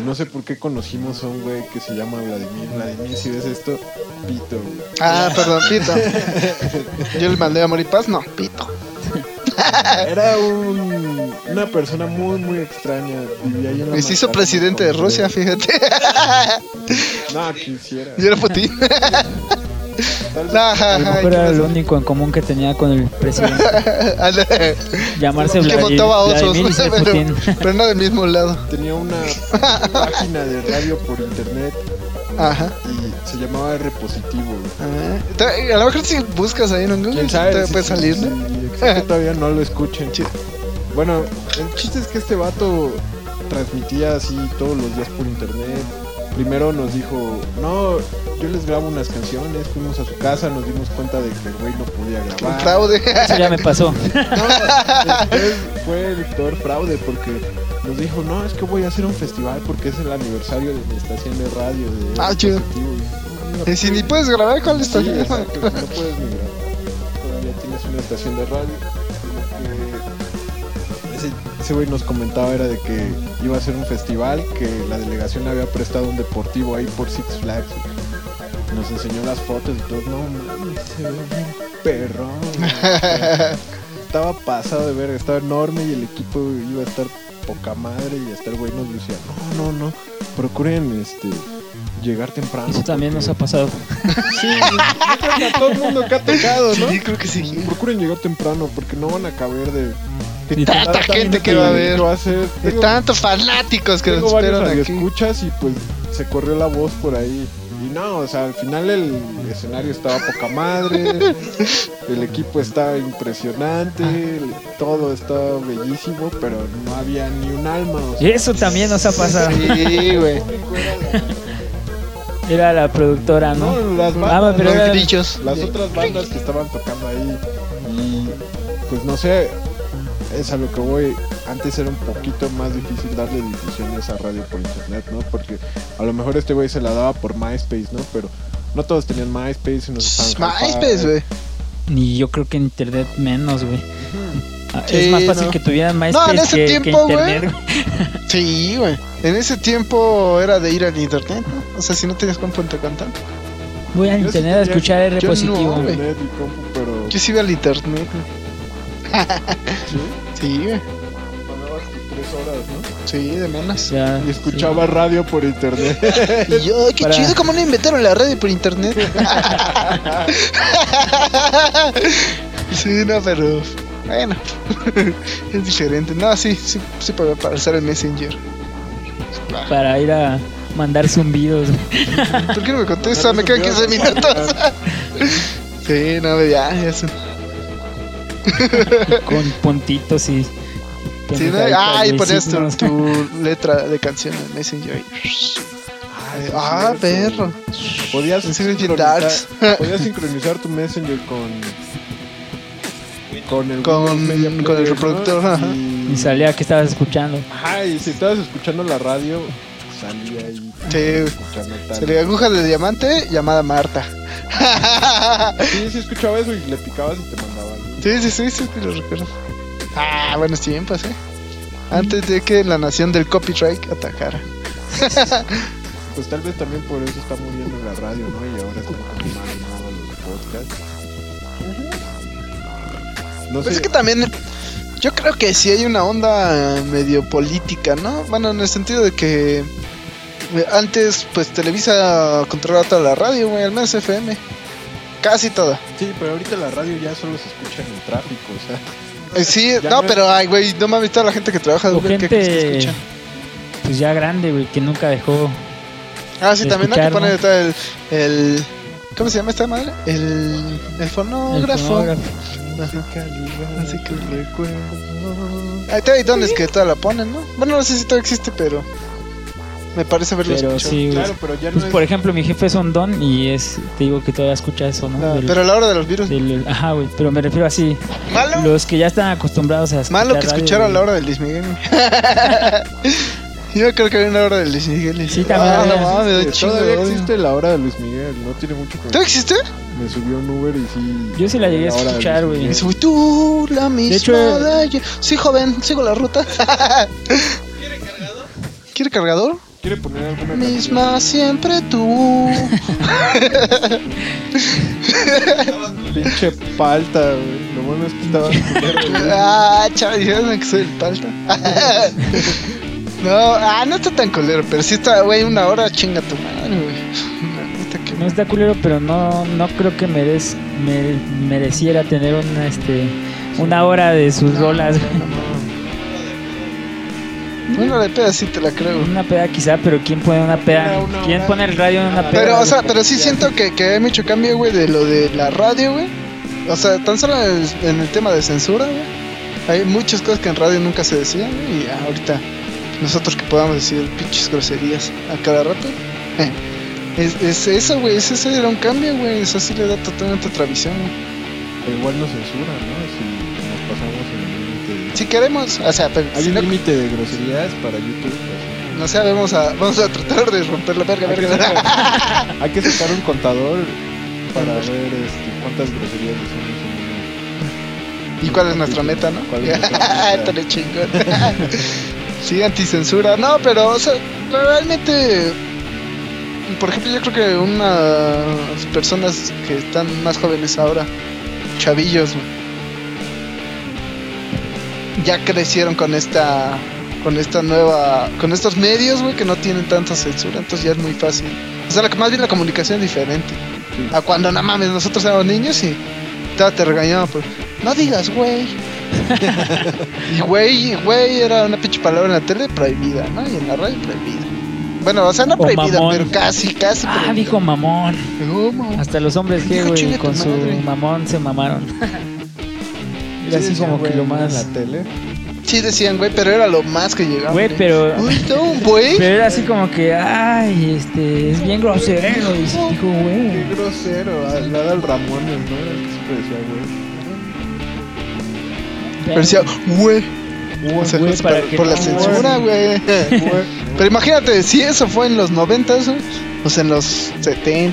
[SPEAKER 3] y no sé por qué conocimos a un güey que se llama Vladimir. Vladimir, si ves esto, pito, güey. [laughs]
[SPEAKER 1] Ah, perdón, Pito. Yo le mandé a Morir Paz, no, Pito. Ah.
[SPEAKER 3] Era un- una persona muy, muy extraña. Vivía ahí en la
[SPEAKER 1] Y se hizo
[SPEAKER 3] Manzana
[SPEAKER 1] presidente de
[SPEAKER 3] con-
[SPEAKER 1] Rusia, fíjate. [laughs]
[SPEAKER 3] No, quisiera.
[SPEAKER 1] Yo era
[SPEAKER 3] [laughs]
[SPEAKER 1] Putin.
[SPEAKER 3] Tal vez-
[SPEAKER 1] No, ja,
[SPEAKER 4] A lo
[SPEAKER 1] ja,
[SPEAKER 4] mejor era
[SPEAKER 1] ¿quién
[SPEAKER 4] lo
[SPEAKER 1] es?
[SPEAKER 4] único en común que tenía con el presidente. [laughs]
[SPEAKER 1] Ándale.
[SPEAKER 4] Llamarse
[SPEAKER 1] [laughs] Que
[SPEAKER 4] Vladimir,
[SPEAKER 1] montaba osos,
[SPEAKER 4] Vladimir y ser Putin.
[SPEAKER 1] pero, [laughs] pero no del mismo lado. [laughs]
[SPEAKER 3] Tenía una página de radio por internet
[SPEAKER 1] Ajá.
[SPEAKER 3] y se llamaba Repositivo. güey.
[SPEAKER 1] Ah, te- A lo mejor si buscas ahí en un Google
[SPEAKER 3] ¿Quién sabe?
[SPEAKER 1] te
[SPEAKER 3] si-
[SPEAKER 1] puede salir, ¿no?
[SPEAKER 3] si- exacto, todavía no lo escuchen.
[SPEAKER 1] Sí.
[SPEAKER 3] Bueno, el chiste es que este vato transmitía así todos los días por internet. Primero nos dijo, no, yo les grabo unas canciones. Fuimos a su casa, nos dimos cuenta de que el güey no podía
[SPEAKER 1] Un
[SPEAKER 3] grabar.
[SPEAKER 1] fraude. [laughs]
[SPEAKER 4] Eso ya me pasó.
[SPEAKER 3] Después fue Víctor Fraude porque nos dijo, no, es que voy a hacer un festival porque es el aniversario de mi estación de radio. De
[SPEAKER 1] Ah, chido.
[SPEAKER 3] Positivo".
[SPEAKER 1] Y si ni puedes grabar, ¿cuál está?
[SPEAKER 3] Sí, exacto, no puedes migrar. Todavía tienes una estación de radio. Lo que Ese ese güey nos comentaba era de que iba a ser un festival, que la delegación le había prestado un deportivo ahí por Six Flags. Nos enseñó las fotos y todo, no mames, se ve bien perrón. güey". estaba pasado de verga, estaba enorme y el equipo iba a estar poca madre y hasta el güey nos decía, no, no, no, procuren este llegar temprano.
[SPEAKER 4] Eso también
[SPEAKER 3] porque
[SPEAKER 4] nos ha pasado.
[SPEAKER 3] Sí, yo creo que a todo el mundo que ha tocado, ¿no?
[SPEAKER 1] Sí, creo que sí.
[SPEAKER 3] Procuren llegar temprano porque no van a caber de,
[SPEAKER 1] De tanta gente que va a haber.
[SPEAKER 3] Va a ser.
[SPEAKER 1] De
[SPEAKER 3] Tengo-
[SPEAKER 1] tantos fanáticos que
[SPEAKER 3] tengo
[SPEAKER 1] nos
[SPEAKER 3] varios
[SPEAKER 1] esperan aquí.
[SPEAKER 3] escuchas y pues se corrió la voz por ahí. Y no, o sea, al final el escenario estaba
[SPEAKER 1] [laughs]
[SPEAKER 3] poca madre, el equipo estaba impresionante,
[SPEAKER 1] Ah.
[SPEAKER 3] el- todo estaba bellísimo, pero no había ni un alma. O sea,
[SPEAKER 4] Eso también nos ha pasado.
[SPEAKER 1] Sí, güey.
[SPEAKER 3] el público era-
[SPEAKER 4] Era la productora, ¿no?
[SPEAKER 3] no, las
[SPEAKER 4] Ah,
[SPEAKER 3] bandas,
[SPEAKER 4] pero
[SPEAKER 1] Los
[SPEAKER 4] era-
[SPEAKER 1] grillos.
[SPEAKER 3] las otras bandas que estaban tocando ahí y pues no sé es a lo que voy antes era un poquito más difícil darle difusión a esa radio por internet no porque a lo mejor este güey se la daba por MySpace no pero no todos tenían MySpace y nos estaban
[SPEAKER 1] MySpace, güey.
[SPEAKER 4] Ni yo creo que internet menos, güey. Ah,
[SPEAKER 1] Sí,
[SPEAKER 4] es más fácil
[SPEAKER 1] no.
[SPEAKER 4] que tuvieran MySpace
[SPEAKER 1] No, en ese
[SPEAKER 4] que, que
[SPEAKER 1] tiempo, güey.
[SPEAKER 4] internet, güey.
[SPEAKER 1] Sí, güey. En ese tiempo era de ir al internet, ¿no? O sea, si no tenías compu en tu cantar.
[SPEAKER 4] Voy a
[SPEAKER 3] Yo sí
[SPEAKER 4] internet a
[SPEAKER 3] tenía-
[SPEAKER 4] escuchar R
[SPEAKER 1] yo no,
[SPEAKER 4] positivo.
[SPEAKER 1] güey.
[SPEAKER 3] internet y compu pero
[SPEAKER 1] Yo sí iba al internet, güey.
[SPEAKER 3] sí,
[SPEAKER 1] Sí, güey.
[SPEAKER 3] pagabas tus tres horas no
[SPEAKER 1] Sí, de menos. [laughs]
[SPEAKER 4] Ya,
[SPEAKER 3] y escuchaba radio por internet
[SPEAKER 1] Y yo, ay, qué
[SPEAKER 4] Para-
[SPEAKER 1] chido, ¿cómo no inventaron la radio por internet? [laughs] sí, no, pero bueno, [laughs] es diferente. No, sí, sí, sí para, para usar el Messenger.
[SPEAKER 4] sí, para ir a mandar zumbidos. güey.
[SPEAKER 1] ¿Por qué [laughs] no me contesta? Me quedan 15 minutos. [laughs] sí, no, ya, ya es un-
[SPEAKER 4] con puntitos y.
[SPEAKER 1] Sí, no,
[SPEAKER 4] con
[SPEAKER 1] ay,
[SPEAKER 4] y
[SPEAKER 1] ponías tu,
[SPEAKER 4] signos.
[SPEAKER 1] tu letra de canción en Messenger.
[SPEAKER 3] Ay,
[SPEAKER 1] Ah,
[SPEAKER 3] sí,
[SPEAKER 1] perro.
[SPEAKER 3] podías
[SPEAKER 1] Sí, sí,
[SPEAKER 3] sincronizar,
[SPEAKER 1] darks. [laughs]
[SPEAKER 3] podías sincronizar tu messenger con con el,
[SPEAKER 1] Con-
[SPEAKER 3] Windows Media
[SPEAKER 1] con el
[SPEAKER 3] Player, ¿no?
[SPEAKER 1] reproductor, ajá.
[SPEAKER 3] y,
[SPEAKER 4] Y salía que estabas escuchando.
[SPEAKER 3] ajá, y si estabas escuchando la radio salía ahí
[SPEAKER 1] Sí,
[SPEAKER 3] escuchando tal.
[SPEAKER 1] se le aguja de diamante llamada Marta. [laughs]
[SPEAKER 3] sí sí escuchaba eso y le picabas y te mandaban
[SPEAKER 1] Sí, sí, sí, sí, te lo recuerdo. Ah, buenos tiempos, eh. Antes de que la nación del copyright atacara.
[SPEAKER 3] pues tal vez también por eso está muriendo la radio no y ahora están como más de moda los podcasts no
[SPEAKER 1] Pues
[SPEAKER 3] sé
[SPEAKER 1] es que también, yo creo que sí hay una onda medio política, ¿no? Bueno, en el sentido de que eh, antes, pues Televisa controlaba toda la radio, güey, al menos FM. Casi toda.
[SPEAKER 3] sí pero ahorita la radio ya solo se escucha en el tráfico o sea
[SPEAKER 1] Eh, sí,
[SPEAKER 3] Ya
[SPEAKER 1] no,
[SPEAKER 3] no-
[SPEAKER 1] pero, ay, güey, no mames, toda la gente que trabaja,
[SPEAKER 4] O
[SPEAKER 1] güey, ¿qué crees que
[SPEAKER 4] gente.
[SPEAKER 1] escucha?
[SPEAKER 4] Pues ya grande, güey, que nunca dejó.
[SPEAKER 1] Ah, sí,
[SPEAKER 4] de
[SPEAKER 1] también hay que
[SPEAKER 4] escuchar,
[SPEAKER 1] poner
[SPEAKER 4] ¿no?
[SPEAKER 1] todo el, el, ¿Cómo se llama esta madre? El, el
[SPEAKER 4] El
[SPEAKER 1] fonógrafo.
[SPEAKER 4] fonógrafo.
[SPEAKER 1] Ajá. Así que recuerdo. Ahí te hay dones que toda la ponen, ¿no? Bueno, no sé si todavía existe, pero. Me parece haberlo
[SPEAKER 4] Pero
[SPEAKER 1] escuchado.
[SPEAKER 4] sí, güey.
[SPEAKER 3] Claro, pero ya no
[SPEAKER 4] Pues
[SPEAKER 3] es.
[SPEAKER 4] por ejemplo, mi jefe es un don y es, te digo que todavía escucha eso, ¿no?
[SPEAKER 1] Ah,
[SPEAKER 4] Del-
[SPEAKER 1] pero a la hora de los virus.
[SPEAKER 4] del- ajá, güey, pero me refiero así,
[SPEAKER 1] ¿Malo?
[SPEAKER 4] los que ya están acostumbrados a escuchar
[SPEAKER 1] Malo que
[SPEAKER 4] radio,
[SPEAKER 1] escucharon a
[SPEAKER 4] güey.
[SPEAKER 1] la hora de Luis Miguel. [laughs] Yo creo que había una hora de Luis Miguel.
[SPEAKER 4] Sí, también
[SPEAKER 1] ah,
[SPEAKER 4] había.
[SPEAKER 1] no mames, doy chingo
[SPEAKER 3] Todavía
[SPEAKER 1] de odio.
[SPEAKER 3] existe la hora de Luis Miguel, no tiene mucho que
[SPEAKER 1] ¿Tú existe?
[SPEAKER 3] Me subió un Uber y sí.
[SPEAKER 4] Yo sí la llegué a
[SPEAKER 3] hora de
[SPEAKER 4] escuchar,
[SPEAKER 3] Luis
[SPEAKER 4] güey.
[SPEAKER 3] Miguel.
[SPEAKER 1] Soy tú, la misma.
[SPEAKER 4] hecho,
[SPEAKER 1] de ayer. Sí, joven, sigo la ruta. [laughs]
[SPEAKER 2] ¿Quiere cargado?
[SPEAKER 1] ¿Quiere cargador?
[SPEAKER 3] ¿Quiere poner alguna canción?
[SPEAKER 1] Misma siempre tú.
[SPEAKER 3] Pinche palta, güey. Lo bueno es que estaba. [laughs] culero, güey.
[SPEAKER 1] ah, chaval, ya saben que soy el palta. [laughs] no, ah, no está tan colero, pero sí está, güey, una hora chinga tu madre, güey. No, neta que-
[SPEAKER 4] No está culero, pero no, no creo que merez- mere- mereciera tener una, este, una hora de sus rolas. güey.
[SPEAKER 1] Una de pedas sí te la creo.
[SPEAKER 4] Una peda quizá, pero ¿quién pone una peda?
[SPEAKER 3] Una- una
[SPEAKER 4] ¿Quién
[SPEAKER 3] hora.
[SPEAKER 4] pone el radio en una peda?
[SPEAKER 1] Pero, o
[SPEAKER 4] güey?
[SPEAKER 1] sea, pero sí siento que, que hay mucho cambio, güey, de lo de la radio, güey. O sea, tan solo en el, en el tema de censura, güey. Hay muchas cosas que en radio nunca se decían, güey, y ahorita nosotros que podamos decir pinches groserías a cada rato. eh, Es, es eso, güey, es- ese era un cambio, güey. Eso sí le da totalmente otra visión, güey.
[SPEAKER 3] Pero igual nos censuran, ¿no? Si nos pasamos el límite. de-
[SPEAKER 1] Si queremos, o sea, pero
[SPEAKER 3] Hay
[SPEAKER 1] si
[SPEAKER 3] un
[SPEAKER 1] no,
[SPEAKER 3] límite de groserías para YouTube. pues.
[SPEAKER 1] no sé, vamos a, vamos a tratar de romper la verga,
[SPEAKER 3] Hay que,
[SPEAKER 1] verga.
[SPEAKER 3] sacar, [laughs] hay que sacar un contador para ver este, cuántas groserías decimos en un
[SPEAKER 1] ¿Y cuál es nuestra meta, no?
[SPEAKER 3] ¿Cuál es
[SPEAKER 1] [laughs]
[SPEAKER 3] nuestra meta?
[SPEAKER 1] Estaría chingón. sí, anticensura. No, pero, o sea, realmente. Por ejemplo, yo creo que unas personas que están más jóvenes ahora, chavillos, güey, ya crecieron con esta. Con esta nueva. Con estos medios, güey, que no tienen tanta censura. Entonces ya es muy fácil. O sea, lo que más bien la comunicación es diferente.
[SPEAKER 3] Sí.
[SPEAKER 1] A cuando, no mames, nosotros éramos niños y. Te, te regañaban por. No digas,
[SPEAKER 4] [laughs]
[SPEAKER 1] güey. y güey, güey era una pinche palabra en la tele prohibida, ¿no? Y en la radio prohibida. Bueno, o sea, no
[SPEAKER 4] O
[SPEAKER 1] prohibida,
[SPEAKER 4] mamón.
[SPEAKER 1] pero casi, casi.
[SPEAKER 4] Ah,
[SPEAKER 1] prohibida. "Oh,
[SPEAKER 4] dijo mamón.
[SPEAKER 1] No, mamón.
[SPEAKER 4] Hasta los hombres que,
[SPEAKER 1] Dijo,
[SPEAKER 4] güey,
[SPEAKER 1] "Chinga tu
[SPEAKER 4] con su
[SPEAKER 1] madre".
[SPEAKER 4] mamón se mamaron.
[SPEAKER 1] [laughs]
[SPEAKER 3] Sí,
[SPEAKER 4] Era así
[SPEAKER 3] decía,
[SPEAKER 4] como que
[SPEAKER 3] güey,
[SPEAKER 4] lo
[SPEAKER 3] ¿no? en
[SPEAKER 4] más...
[SPEAKER 3] la tele.
[SPEAKER 1] Sí decían, güey, pero era lo más que llegaba.
[SPEAKER 4] Güey,
[SPEAKER 1] ¿eh?
[SPEAKER 4] pero...
[SPEAKER 1] Uy, no, güey.
[SPEAKER 4] Pero era así como que, ay, este, es bien grosero. Y se
[SPEAKER 1] [laughs]
[SPEAKER 4] dijo,
[SPEAKER 3] Qué
[SPEAKER 4] güey.
[SPEAKER 3] grosero. Al lado al Ramones, ¿no? Era el que siempre decía, güey.
[SPEAKER 1] Pero decía, güey. O sea,
[SPEAKER 4] güey,
[SPEAKER 1] es
[SPEAKER 4] para
[SPEAKER 1] por,
[SPEAKER 4] que
[SPEAKER 1] por la
[SPEAKER 4] no,
[SPEAKER 1] censura, güey.
[SPEAKER 3] Güey.
[SPEAKER 1] Pero imagínate, si eso fue en los 90s, güey. O sea, en los 70s,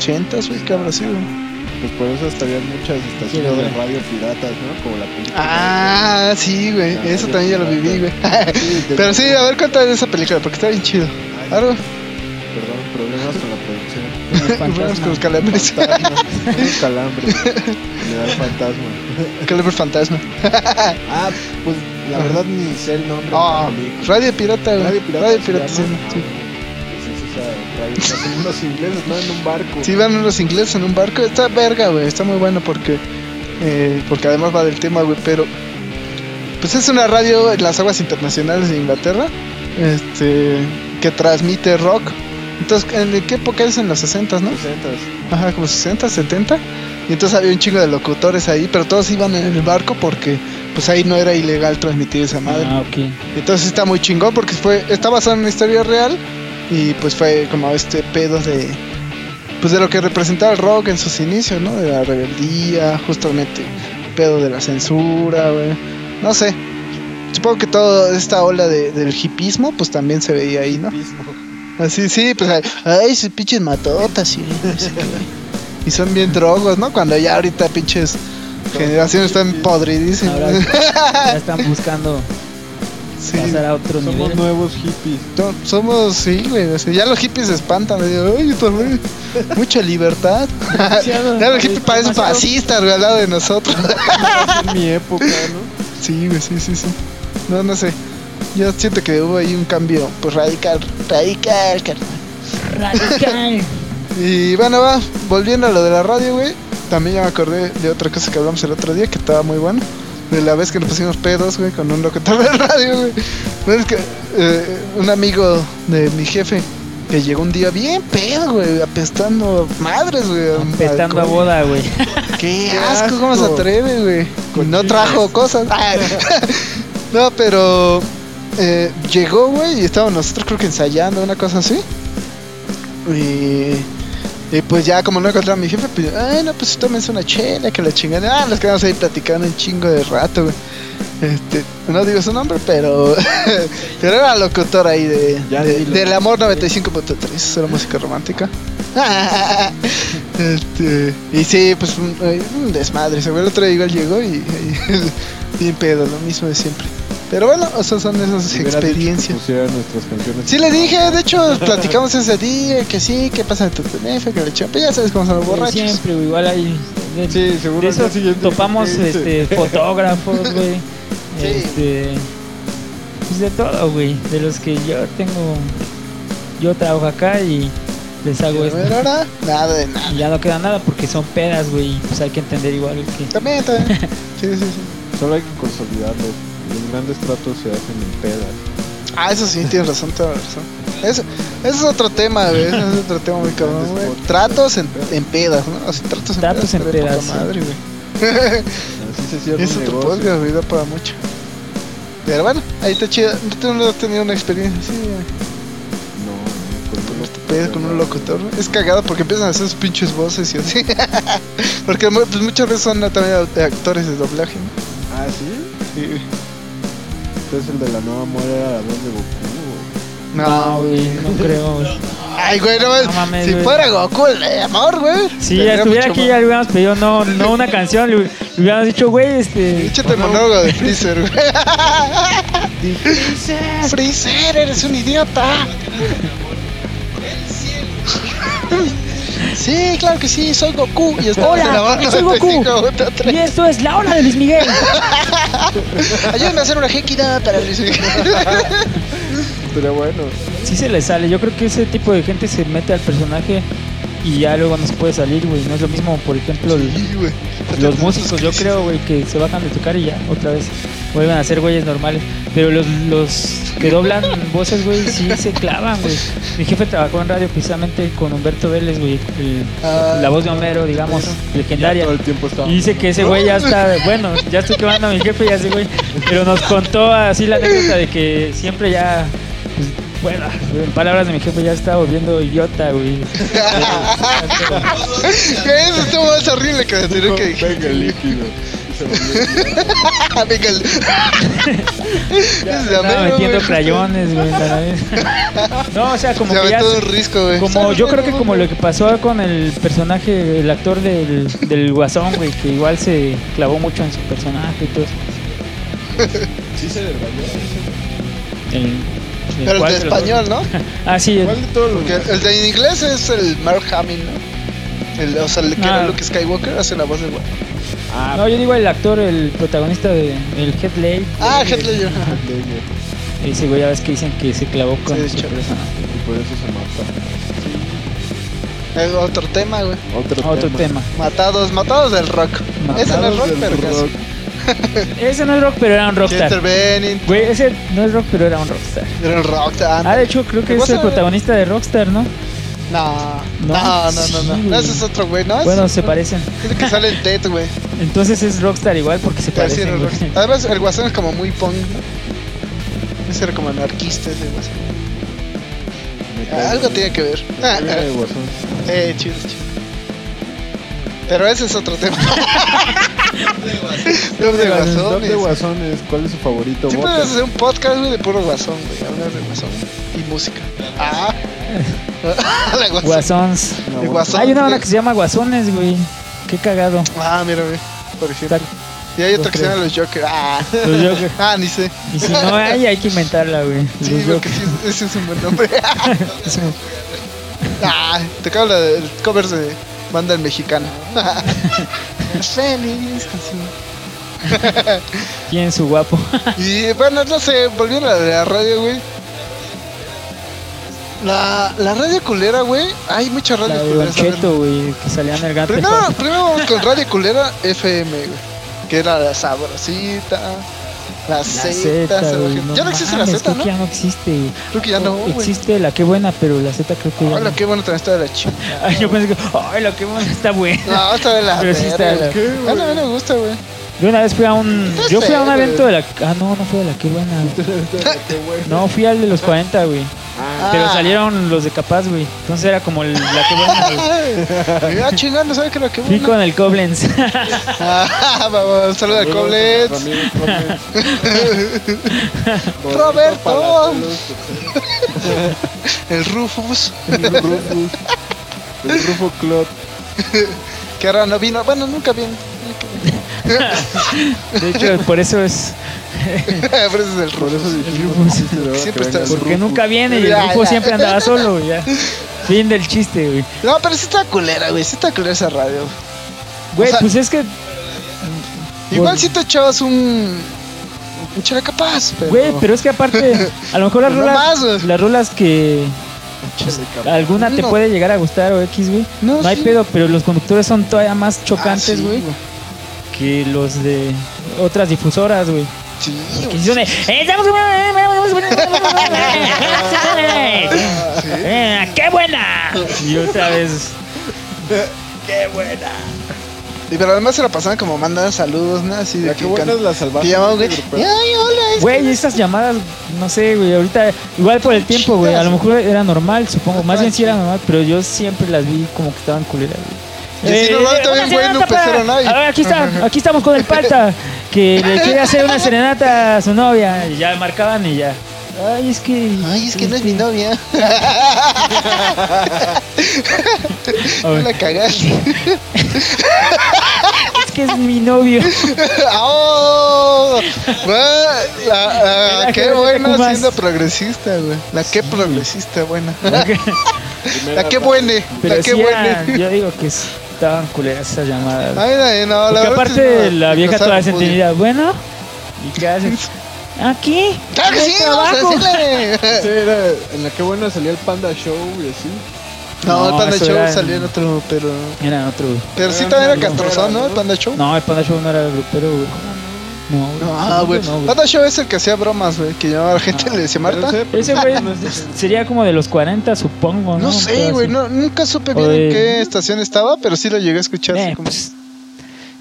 [SPEAKER 1] 80s, güey, qué habrá sido.
[SPEAKER 3] Pues por eso estarían muchas estaciones de radio piratas, ¿no? Como la película.
[SPEAKER 1] Ah, sí, güey.
[SPEAKER 3] Ah,
[SPEAKER 1] Eso
[SPEAKER 3] yo
[SPEAKER 1] también ya lo
[SPEAKER 3] sí,
[SPEAKER 1] viví, güey. [laughs]
[SPEAKER 3] Sí, de-
[SPEAKER 1] Pero sí, a ver cuánta de esa película, porque está bien chido. Algo.
[SPEAKER 3] Perdón, problemas con la producción.
[SPEAKER 4] el
[SPEAKER 1] Vamos con
[SPEAKER 4] fantasma.
[SPEAKER 1] los calambres.
[SPEAKER 3] [laughs]
[SPEAKER 1] [laughs]
[SPEAKER 3] Unos calambres. Le da el fantasma.
[SPEAKER 1] Calambre fantasma.
[SPEAKER 3] Ah, pues la verdad ni sé el nombre.
[SPEAKER 1] Ah,
[SPEAKER 3] de la película.
[SPEAKER 1] Radio Pirata, güey.
[SPEAKER 3] Radio Pirata.
[SPEAKER 1] Radio
[SPEAKER 3] se
[SPEAKER 1] Pirata, sí.
[SPEAKER 3] llama.
[SPEAKER 1] sí.
[SPEAKER 3] Pues es esa radio. Hacen unos ingleses, ¿no? En un barco.
[SPEAKER 1] Sí, van los ingleses en un barco. Está verga, güey. Está muy bueno porque. eh, porque además va del tema, güey. Pero. Pues es una radio en las aguas internacionales de Inglaterra. Este. Que transmite rock. Entonces, ¿en qué época es? En los 60, ¿no?
[SPEAKER 3] Presentas.
[SPEAKER 1] Ajá, como 60, 70. Y entonces había un chingo de locutores ahí, pero todos iban en el barco porque pues ahí no era ilegal transmitir esa madre.
[SPEAKER 4] Ah, ok.
[SPEAKER 1] Entonces está muy chingón porque fue está basado en una historia real y pues fue como este pedo de pues de lo que representaba el rock en sus inicios, ¿no? De la rebeldía, justamente pedo de la censura, güey. No sé. Supongo que toda esta ola de- del hipismo pues también se veía ahí, ¿no? Así, sí, pues, ay, ay, sus pinches matotas y, no sé qué, güey. y son bien drogos, ¿no? Cuando ya ahorita pinches generaciones están podridísimas.
[SPEAKER 4] Ahora ya están buscando
[SPEAKER 1] [laughs] Sí.
[SPEAKER 4] pasar a otro
[SPEAKER 3] Somos
[SPEAKER 4] nivel.
[SPEAKER 3] nuevos hippies.
[SPEAKER 1] No, somos, sí, güey. o sea, ya los hippies se espantan. güey, ay, otra
[SPEAKER 4] [laughs]
[SPEAKER 1] vez, mucha libertad.
[SPEAKER 4] Demasiado.
[SPEAKER 1] ya los hippies parecen
[SPEAKER 4] Demasiado.
[SPEAKER 1] fascistas, güey, al lado de
[SPEAKER 4] [laughs]
[SPEAKER 1] nosotros.
[SPEAKER 3] En mi época, ¿no?
[SPEAKER 1] sí, güey, sí, sí, sí. No, no sé. Yo siento que hubo ahí un cambio, pues radical, radical, carnal.
[SPEAKER 4] Radical.
[SPEAKER 1] Y bueno, va, volviendo a lo de la radio, güey. También ya me acordé de otra cosa que hablamos el otro día que estaba muy bueno. De la vez que nos pusimos pedos, güey, con un [laughs] locutor de radio, güey. Bueno, es que eh, un amigo de mi jefe, Que llegó un día bien pedo, güey, apestando madres, güey.
[SPEAKER 4] Pestando a
[SPEAKER 1] alcohol.
[SPEAKER 4] boda, güey.
[SPEAKER 1] Qué
[SPEAKER 3] Qué
[SPEAKER 1] asco, ¿cómo se
[SPEAKER 3] asco.
[SPEAKER 1] atreve, güey? No trajo cosas. Ay. [laughs] no, pero eh, llegó, güey, y estábamos nosotros creo que ensayando, una cosa así. Y, y pues ya como no encontraba a mi jefe, pues, ay, no, pues tómense una chela, que la chingada. Ah, nos quedamos ahí platicando un chingo de rato, güey. Este, no digo su nombre, pero, [laughs] pero era locutor ahí de,
[SPEAKER 3] Ya
[SPEAKER 1] de-
[SPEAKER 3] dilo.
[SPEAKER 1] del Amor 95.3, era música romántica. [laughs] Este, y sí, pues un, un desmadre. Se el otro día igual llegó y, [laughs] y bien pedo, lo mismo de siempre. Pero bueno, o sea, son esas
[SPEAKER 3] Hubiera dicho que
[SPEAKER 1] experiencias.
[SPEAKER 3] pusieran nuestras canciones.
[SPEAKER 1] Sí le dije, de hecho, platicamos ese día que sí, que pasa en tu teléfono, que le echó. Pues ya sabes cómo son los
[SPEAKER 4] Como
[SPEAKER 1] borrachos.
[SPEAKER 4] Siempre, güey, igual hay. de-
[SPEAKER 3] Sí, seguro
[SPEAKER 4] de
[SPEAKER 3] al día
[SPEAKER 4] esos
[SPEAKER 3] siguiente
[SPEAKER 4] topamos
[SPEAKER 3] dice,
[SPEAKER 4] este, fotógrafos, güey.
[SPEAKER 1] Sí.
[SPEAKER 4] Este. Pues de todo, güey. De los que yo tengo. Yo trabajo acá y les hago esto.
[SPEAKER 1] Pero ahora, nada de nada.
[SPEAKER 4] Y ya no queda nada porque son pedas, güey. y Pues hay que entender igual que.
[SPEAKER 1] También,
[SPEAKER 4] [laughs]
[SPEAKER 1] también. Sí, sí, sí.
[SPEAKER 3] Solo hay que consolidarlo. Los grandes tratos se hacen en pedas.
[SPEAKER 1] Ah, eso sí, tienes razón, tienes razón. Eso, eso es otro tema, güey. Eso es otro tema muy cabrón, güey. Tratos en, en pedas, ¿no? O sea, tratos en
[SPEAKER 4] Tratos en
[SPEAKER 1] estaría poca
[SPEAKER 4] pedas, sí.
[SPEAKER 1] madre, güey.
[SPEAKER 3] Así se cierra
[SPEAKER 1] Eso
[SPEAKER 3] un
[SPEAKER 1] te
[SPEAKER 3] negocio.
[SPEAKER 1] podría olvidar para mucho. Pero bueno, ahí está chido. No tengo- no he tenido una experiencia así. eh,
[SPEAKER 3] No, no, con un locutor,
[SPEAKER 1] Pedo con un locutor. Es cagado porque empiezan a hacer sus pinches voces y así. [laughs] porque mu- pues, muchas veces son también act- actores de doblaje. ¿no?
[SPEAKER 3] Ah, ¿sí?
[SPEAKER 1] Sí.
[SPEAKER 3] Entonces el de la nueva muera era la voz de Goku.
[SPEAKER 4] No, güey, no creo. güey.
[SPEAKER 1] Ay, güey, no,
[SPEAKER 4] No mames,
[SPEAKER 1] mames. Si
[SPEAKER 4] güey.
[SPEAKER 1] fuera Goku, el de amor, güey.
[SPEAKER 4] Si
[SPEAKER 1] tendría
[SPEAKER 4] estuviera
[SPEAKER 1] mucho
[SPEAKER 4] aquí
[SPEAKER 1] más.
[SPEAKER 4] ya le hubiéramos pedido no, no una canción, le, le hubiéramos dicho, güey, este.
[SPEAKER 1] Échate el monólogo de Freezer, güey.
[SPEAKER 4] [laughs]
[SPEAKER 1] Freezer, eres un idiota. Sí, claro que sí, soy Goku. Y estamos
[SPEAKER 4] Hola,
[SPEAKER 1] en la barra
[SPEAKER 4] soy Goku.
[SPEAKER 1] 95.3.
[SPEAKER 4] Y esto es la hora de Luis Miguel.
[SPEAKER 1] Ayúdame a hacer una jequida para
[SPEAKER 4] [laughs]
[SPEAKER 1] Luis
[SPEAKER 3] Pero bueno.
[SPEAKER 4] Sí se le sale. Yo creo que ese tipo de gente se mete al personaje y ya luego no se puede salir, güey. No es lo mismo, por ejemplo, los músicos, yo creo, güey, que se bajan de tocar y ya otra vez vuelven a ser güeyes normales. Pero los, los
[SPEAKER 3] [laughs]
[SPEAKER 4] que doblan voces, güey, sí se clavan, güey. Mi jefe trabajó en radio precisamente con Humberto Vélez, güey. el-
[SPEAKER 1] Ah,
[SPEAKER 4] La voz de Homero, digamos, legendaria.
[SPEAKER 3] Todo el tiempo estaba.
[SPEAKER 4] Y dice que ese güey ya está, bueno, ya estoy quemando a mi jefe, ya ese güey. Pero nos contó así la anécdota de que siempre ya, pues, bueno, en palabras de mi jefe ya está volviendo idiota, güey.
[SPEAKER 1] [laughs] Güey, Eso estuvo más horrible que tener que [laughs]
[SPEAKER 3] [laughs]
[SPEAKER 1] dije.
[SPEAKER 3] Venga el líquido. Se volvió-
[SPEAKER 1] Venga, el- Es de
[SPEAKER 4] Estaba
[SPEAKER 1] Homero,
[SPEAKER 4] metiendo
[SPEAKER 1] güey.
[SPEAKER 4] crayones, güey. en la nariz. No, o sea, como
[SPEAKER 1] Se
[SPEAKER 4] que ya.
[SPEAKER 1] aventó un risco, güey.
[SPEAKER 4] Como yo creo que como lo que pasó con el personaje, el actor del, del guasón, güey, que igual se clavó mucho en su personaje y todo eso.
[SPEAKER 3] Sí se desmayó.
[SPEAKER 4] El- el
[SPEAKER 1] Pero
[SPEAKER 4] cual
[SPEAKER 1] el de
[SPEAKER 4] se lo-
[SPEAKER 1] español, ¿no?
[SPEAKER 4] Ah, sí, el-
[SPEAKER 3] ¿Cuál de todos los
[SPEAKER 1] Porque el de en inglés es el Mark Hamill, ¿no? El, o sea, el que
[SPEAKER 4] Ah.
[SPEAKER 1] era Luke Skywalker hace la voz de Walt.
[SPEAKER 3] Ah,
[SPEAKER 4] No, yo digo el actor, el protagonista de el Heath Ledger.
[SPEAKER 1] Ah, Heath Ledger.
[SPEAKER 3] [laughs]
[SPEAKER 1] ajá.
[SPEAKER 3] de ellos.
[SPEAKER 4] Ese güey, ya ves que dicen que se clavó con
[SPEAKER 1] Sí, de
[SPEAKER 4] su
[SPEAKER 1] hecho.
[SPEAKER 4] personaje.
[SPEAKER 3] Y por eso se mata.
[SPEAKER 1] Es otro tema, güey.
[SPEAKER 3] Otro,
[SPEAKER 4] Ah, Otro tema.
[SPEAKER 1] Matados, matados del rock. Ese no es rock,
[SPEAKER 3] Del
[SPEAKER 1] pero
[SPEAKER 3] rock.
[SPEAKER 1] casi.
[SPEAKER 4] Ese no es rock, pero era un
[SPEAKER 1] Chester
[SPEAKER 4] rockstar.
[SPEAKER 1] Benning,
[SPEAKER 4] Güey, ese no es rock, pero era un rockstar.
[SPEAKER 1] era el rock.
[SPEAKER 4] Ah, de hecho, creo que
[SPEAKER 1] ¿Te
[SPEAKER 4] es el
[SPEAKER 1] gusta?
[SPEAKER 4] protagonista de Rockstar, ¿no?
[SPEAKER 1] No,
[SPEAKER 4] No,
[SPEAKER 1] no, no, no,
[SPEAKER 4] sí,
[SPEAKER 1] no.
[SPEAKER 4] güey.
[SPEAKER 1] Ese es otro güey, ¿no? Ese
[SPEAKER 4] Bueno,
[SPEAKER 1] es
[SPEAKER 4] se parecen.
[SPEAKER 1] el que sale en Ted, güey.
[SPEAKER 4] Entonces es rockstar igual porque se
[SPEAKER 1] Pero sí era Ah,
[SPEAKER 4] parecen. [laughs] güey.
[SPEAKER 1] rock. Además, el guasón es como muy punk. ¿no? Ese era como anarquista, ese guasón.
[SPEAKER 3] Me cae
[SPEAKER 1] Ah, Algo
[SPEAKER 3] bien.
[SPEAKER 1] tiene que ver. Ah,
[SPEAKER 3] Me cae bien el guasón.
[SPEAKER 1] eh, chido, chido. Pero ese es otro tema. Club de
[SPEAKER 3] Guasones,
[SPEAKER 1] guasones.
[SPEAKER 3] Top de guasones, ¿cuál es su favorito?
[SPEAKER 1] Sí pues,
[SPEAKER 3] Boca.
[SPEAKER 1] puedes hacer un podcast, güey, de puro guasón, güey. Hablar de guasón y música. Ah. [laughs] La guasón.
[SPEAKER 4] Guasons.
[SPEAKER 3] No,
[SPEAKER 1] el
[SPEAKER 3] Boca.
[SPEAKER 1] guasón.
[SPEAKER 4] Hay una banda
[SPEAKER 1] güey.
[SPEAKER 4] que se llama Guasones, güey. Qué cagado.
[SPEAKER 1] [laughs] Ah, mira, güey. Por ejemplo.
[SPEAKER 4] Está-
[SPEAKER 1] Y hay otra que se
[SPEAKER 4] creo.
[SPEAKER 1] llama Los Joker. Ah.
[SPEAKER 4] Los Joker.
[SPEAKER 1] Ah, ni sé.
[SPEAKER 4] Y si no hay, hay que inventarla, güey.
[SPEAKER 1] Sí,
[SPEAKER 4] Los
[SPEAKER 1] lo
[SPEAKER 4] Joker.
[SPEAKER 1] que sí, es- ese es un buen nombre.
[SPEAKER 4] Es un-
[SPEAKER 1] ah, te acabo la del cover de banda mexicana. [laughs] Feliz canción.
[SPEAKER 4] Tienen su guapo. [laughs]
[SPEAKER 1] Y bueno, no sé, volviendo a la de la radio, güey. La, la radio culera, güey. Hay muchas
[SPEAKER 4] La
[SPEAKER 1] radios
[SPEAKER 4] de Don
[SPEAKER 1] culeras. a ver.
[SPEAKER 4] Cheto, güey, que salían el gato.
[SPEAKER 1] Primero, primero vamos con Radio Culera FM, güey. Que era la sabrosita. La, Z,
[SPEAKER 4] güey,
[SPEAKER 1] salvaje.
[SPEAKER 4] no
[SPEAKER 1] ya no existe la
[SPEAKER 4] mames,
[SPEAKER 1] Z,
[SPEAKER 4] creo
[SPEAKER 1] ¿no?
[SPEAKER 4] que ya no existe. güey.
[SPEAKER 1] Creo que ya Ah, no, güey.
[SPEAKER 4] Existe la que buena, pero la Z creo que ya
[SPEAKER 1] Hola,
[SPEAKER 4] no.
[SPEAKER 1] qué bueno también está de la chica.
[SPEAKER 4] Ay, yo pensé que, ay, la que buena está buena.
[SPEAKER 1] [laughs] No, está de la
[SPEAKER 4] Pero sí está de la-
[SPEAKER 1] verga. güey. Ah, no, a mí no me gusta, güey.
[SPEAKER 4] Yo una vez fui a un.
[SPEAKER 1] Está
[SPEAKER 4] Yo fui a un
[SPEAKER 1] feo,
[SPEAKER 4] evento de la. Ah, no, no fui a la que buena. güey. No, fui al de los 40, güey.
[SPEAKER 3] Ah,
[SPEAKER 4] Pero
[SPEAKER 1] Ah.
[SPEAKER 4] salieron los de Capaz, güey. Entonces era como el- la que buena, güey.
[SPEAKER 1] Ay, Ah, chingando, ¿sabes qué era? Qué
[SPEAKER 4] Fui
[SPEAKER 1] bueno.
[SPEAKER 4] con el [laughs] Koblenz.
[SPEAKER 1] Ah, [laughs] vamos, saludos a Coblets.
[SPEAKER 3] Ramírez Robles.
[SPEAKER 1] [laughs] Roberto.
[SPEAKER 3] Palazuelos,
[SPEAKER 1] El Rufus.
[SPEAKER 3] El Rufus. El Rufo Club.
[SPEAKER 1] Que ahora no vino. Bueno, nunca vino. [laughs] Nunca vino.
[SPEAKER 4] De hecho, por eso es.
[SPEAKER 1] Pero ese es el
[SPEAKER 3] Por
[SPEAKER 1] Rufus.
[SPEAKER 3] eso dijimos
[SPEAKER 4] Rufus.
[SPEAKER 3] que sí se daba
[SPEAKER 1] Siempre
[SPEAKER 3] que venga
[SPEAKER 1] estás-
[SPEAKER 3] el
[SPEAKER 4] Porque
[SPEAKER 3] Rufus.
[SPEAKER 4] nunca viene y el
[SPEAKER 1] Ya,
[SPEAKER 4] grupo
[SPEAKER 1] ya.
[SPEAKER 4] siempre andaba solo, güey, ya. Fin del chiste, güey.
[SPEAKER 1] No, pero sí está culera, güey. Sí está culera esa radio.
[SPEAKER 4] Güey,
[SPEAKER 1] O sea-
[SPEAKER 4] pues es que.
[SPEAKER 1] Igual
[SPEAKER 4] Por-
[SPEAKER 1] si te echabas un. Un chile capaz, pero.
[SPEAKER 4] Güey, pero es que aparte, a lo
[SPEAKER 1] [laughs]
[SPEAKER 4] mejor las
[SPEAKER 1] No
[SPEAKER 4] rolas,
[SPEAKER 1] más, güey.
[SPEAKER 4] las rolas que alguna te
[SPEAKER 1] No.
[SPEAKER 4] puede llegar a gustar o X, güey.
[SPEAKER 1] No,
[SPEAKER 4] No hay
[SPEAKER 1] sí.
[SPEAKER 4] pedo, pero los conductores son todavía más
[SPEAKER 1] Ah,
[SPEAKER 4] chocantes,
[SPEAKER 1] sí,
[SPEAKER 4] güey, que los de otras difusoras, güey.
[SPEAKER 1] Oh, Sí,
[SPEAKER 4] Que
[SPEAKER 1] güey.
[SPEAKER 4] sí son de, "Eh, estamos-
[SPEAKER 1] [laughs] Ah,
[SPEAKER 4] Eh, ¡Qué buena! Y otra vez.
[SPEAKER 1] Y pero además se la pasaban como mandando saludos, ¿no? Así de
[SPEAKER 3] La que buena es la
[SPEAKER 1] can-
[SPEAKER 3] salvaje.
[SPEAKER 1] Te llamaban, güey.
[SPEAKER 3] pero-
[SPEAKER 1] Ay, hola, es-
[SPEAKER 4] Güey, esas llamadas, no sé, güey, ahorita, igual por el tiempo, güey, a lo mejor era normal, supongo, más bien sí era normal, pero yo siempre las vi como que estaban culeras,
[SPEAKER 1] Y
[SPEAKER 4] güey. Eh,
[SPEAKER 1] así normal también,
[SPEAKER 4] una
[SPEAKER 1] güey, no
[SPEAKER 4] serenata
[SPEAKER 1] empezaron
[SPEAKER 4] para-
[SPEAKER 1] ahí.
[SPEAKER 4] A ver, aquí, está, aquí estamos con el palta, que le quiere hacer una serenata a su novia, y ya marcaban y ya. Ay, es que...
[SPEAKER 1] Ay, es que no es mi novia.
[SPEAKER 4] A
[SPEAKER 1] No
[SPEAKER 4] ver,
[SPEAKER 1] la cagaste.
[SPEAKER 4] es que es mi
[SPEAKER 1] [laughs]
[SPEAKER 4] novio.
[SPEAKER 1] ¡Oh! Güey,
[SPEAKER 4] [laughs]
[SPEAKER 1] la- la-
[SPEAKER 4] La que
[SPEAKER 1] ¡Qué
[SPEAKER 4] no te
[SPEAKER 1] buena
[SPEAKER 4] ocupas.
[SPEAKER 1] siendo progresista, güey! La que progresista, buena.
[SPEAKER 3] primera
[SPEAKER 1] La que
[SPEAKER 3] pa-
[SPEAKER 1] buena.
[SPEAKER 4] Pero
[SPEAKER 1] La
[SPEAKER 4] sí
[SPEAKER 1] que buena. [laughs]
[SPEAKER 4] eran- yo digo que sí, estaban culeras esas llamadas.
[SPEAKER 1] Ay, ay, no, la
[SPEAKER 4] Porque
[SPEAKER 1] verdad
[SPEAKER 4] aparte
[SPEAKER 1] es que no,
[SPEAKER 4] la vieja
[SPEAKER 1] nos
[SPEAKER 4] toda
[SPEAKER 1] han podido.
[SPEAKER 4] sentida, bueno, ¿y qué haces? Aquí,
[SPEAKER 1] ¡Claro que
[SPEAKER 4] en
[SPEAKER 1] sí!
[SPEAKER 4] el
[SPEAKER 1] ¡Vamos a
[SPEAKER 4] trabajo.
[SPEAKER 1] hacerle!
[SPEAKER 4] [laughs]
[SPEAKER 3] Sí, era- en la que buena salía el Panda Show y así.
[SPEAKER 1] No, el
[SPEAKER 4] No,
[SPEAKER 1] Panda
[SPEAKER 4] eso
[SPEAKER 1] Show
[SPEAKER 4] era-
[SPEAKER 1] salió en otro, pero...
[SPEAKER 4] Era otro.
[SPEAKER 1] Pero sí
[SPEAKER 3] Era
[SPEAKER 1] también era
[SPEAKER 3] una
[SPEAKER 1] castrozón,
[SPEAKER 3] novela,
[SPEAKER 1] ¿no? El
[SPEAKER 3] ¿no?
[SPEAKER 1] Panda Show.
[SPEAKER 4] No, el Panda Show no era grupero, güey. No, güey.
[SPEAKER 1] Ah, güey.
[SPEAKER 4] No, güey.
[SPEAKER 1] Panda Show es el que hacía bromas, güey. Que llamaba a la gente y le decía,
[SPEAKER 3] Pero
[SPEAKER 1] Marta.
[SPEAKER 3] pero-
[SPEAKER 4] Ese güey sería como de los 40, supongo, ¿no?
[SPEAKER 1] No sé, güey.
[SPEAKER 4] Pero
[SPEAKER 1] No, nunca supe
[SPEAKER 4] O
[SPEAKER 1] bien en
[SPEAKER 4] de-
[SPEAKER 1] qué estación estaba, pero sí lo llegué a escuchar.
[SPEAKER 4] así.
[SPEAKER 1] así
[SPEAKER 4] Eh,
[SPEAKER 1] como-
[SPEAKER 4] pues,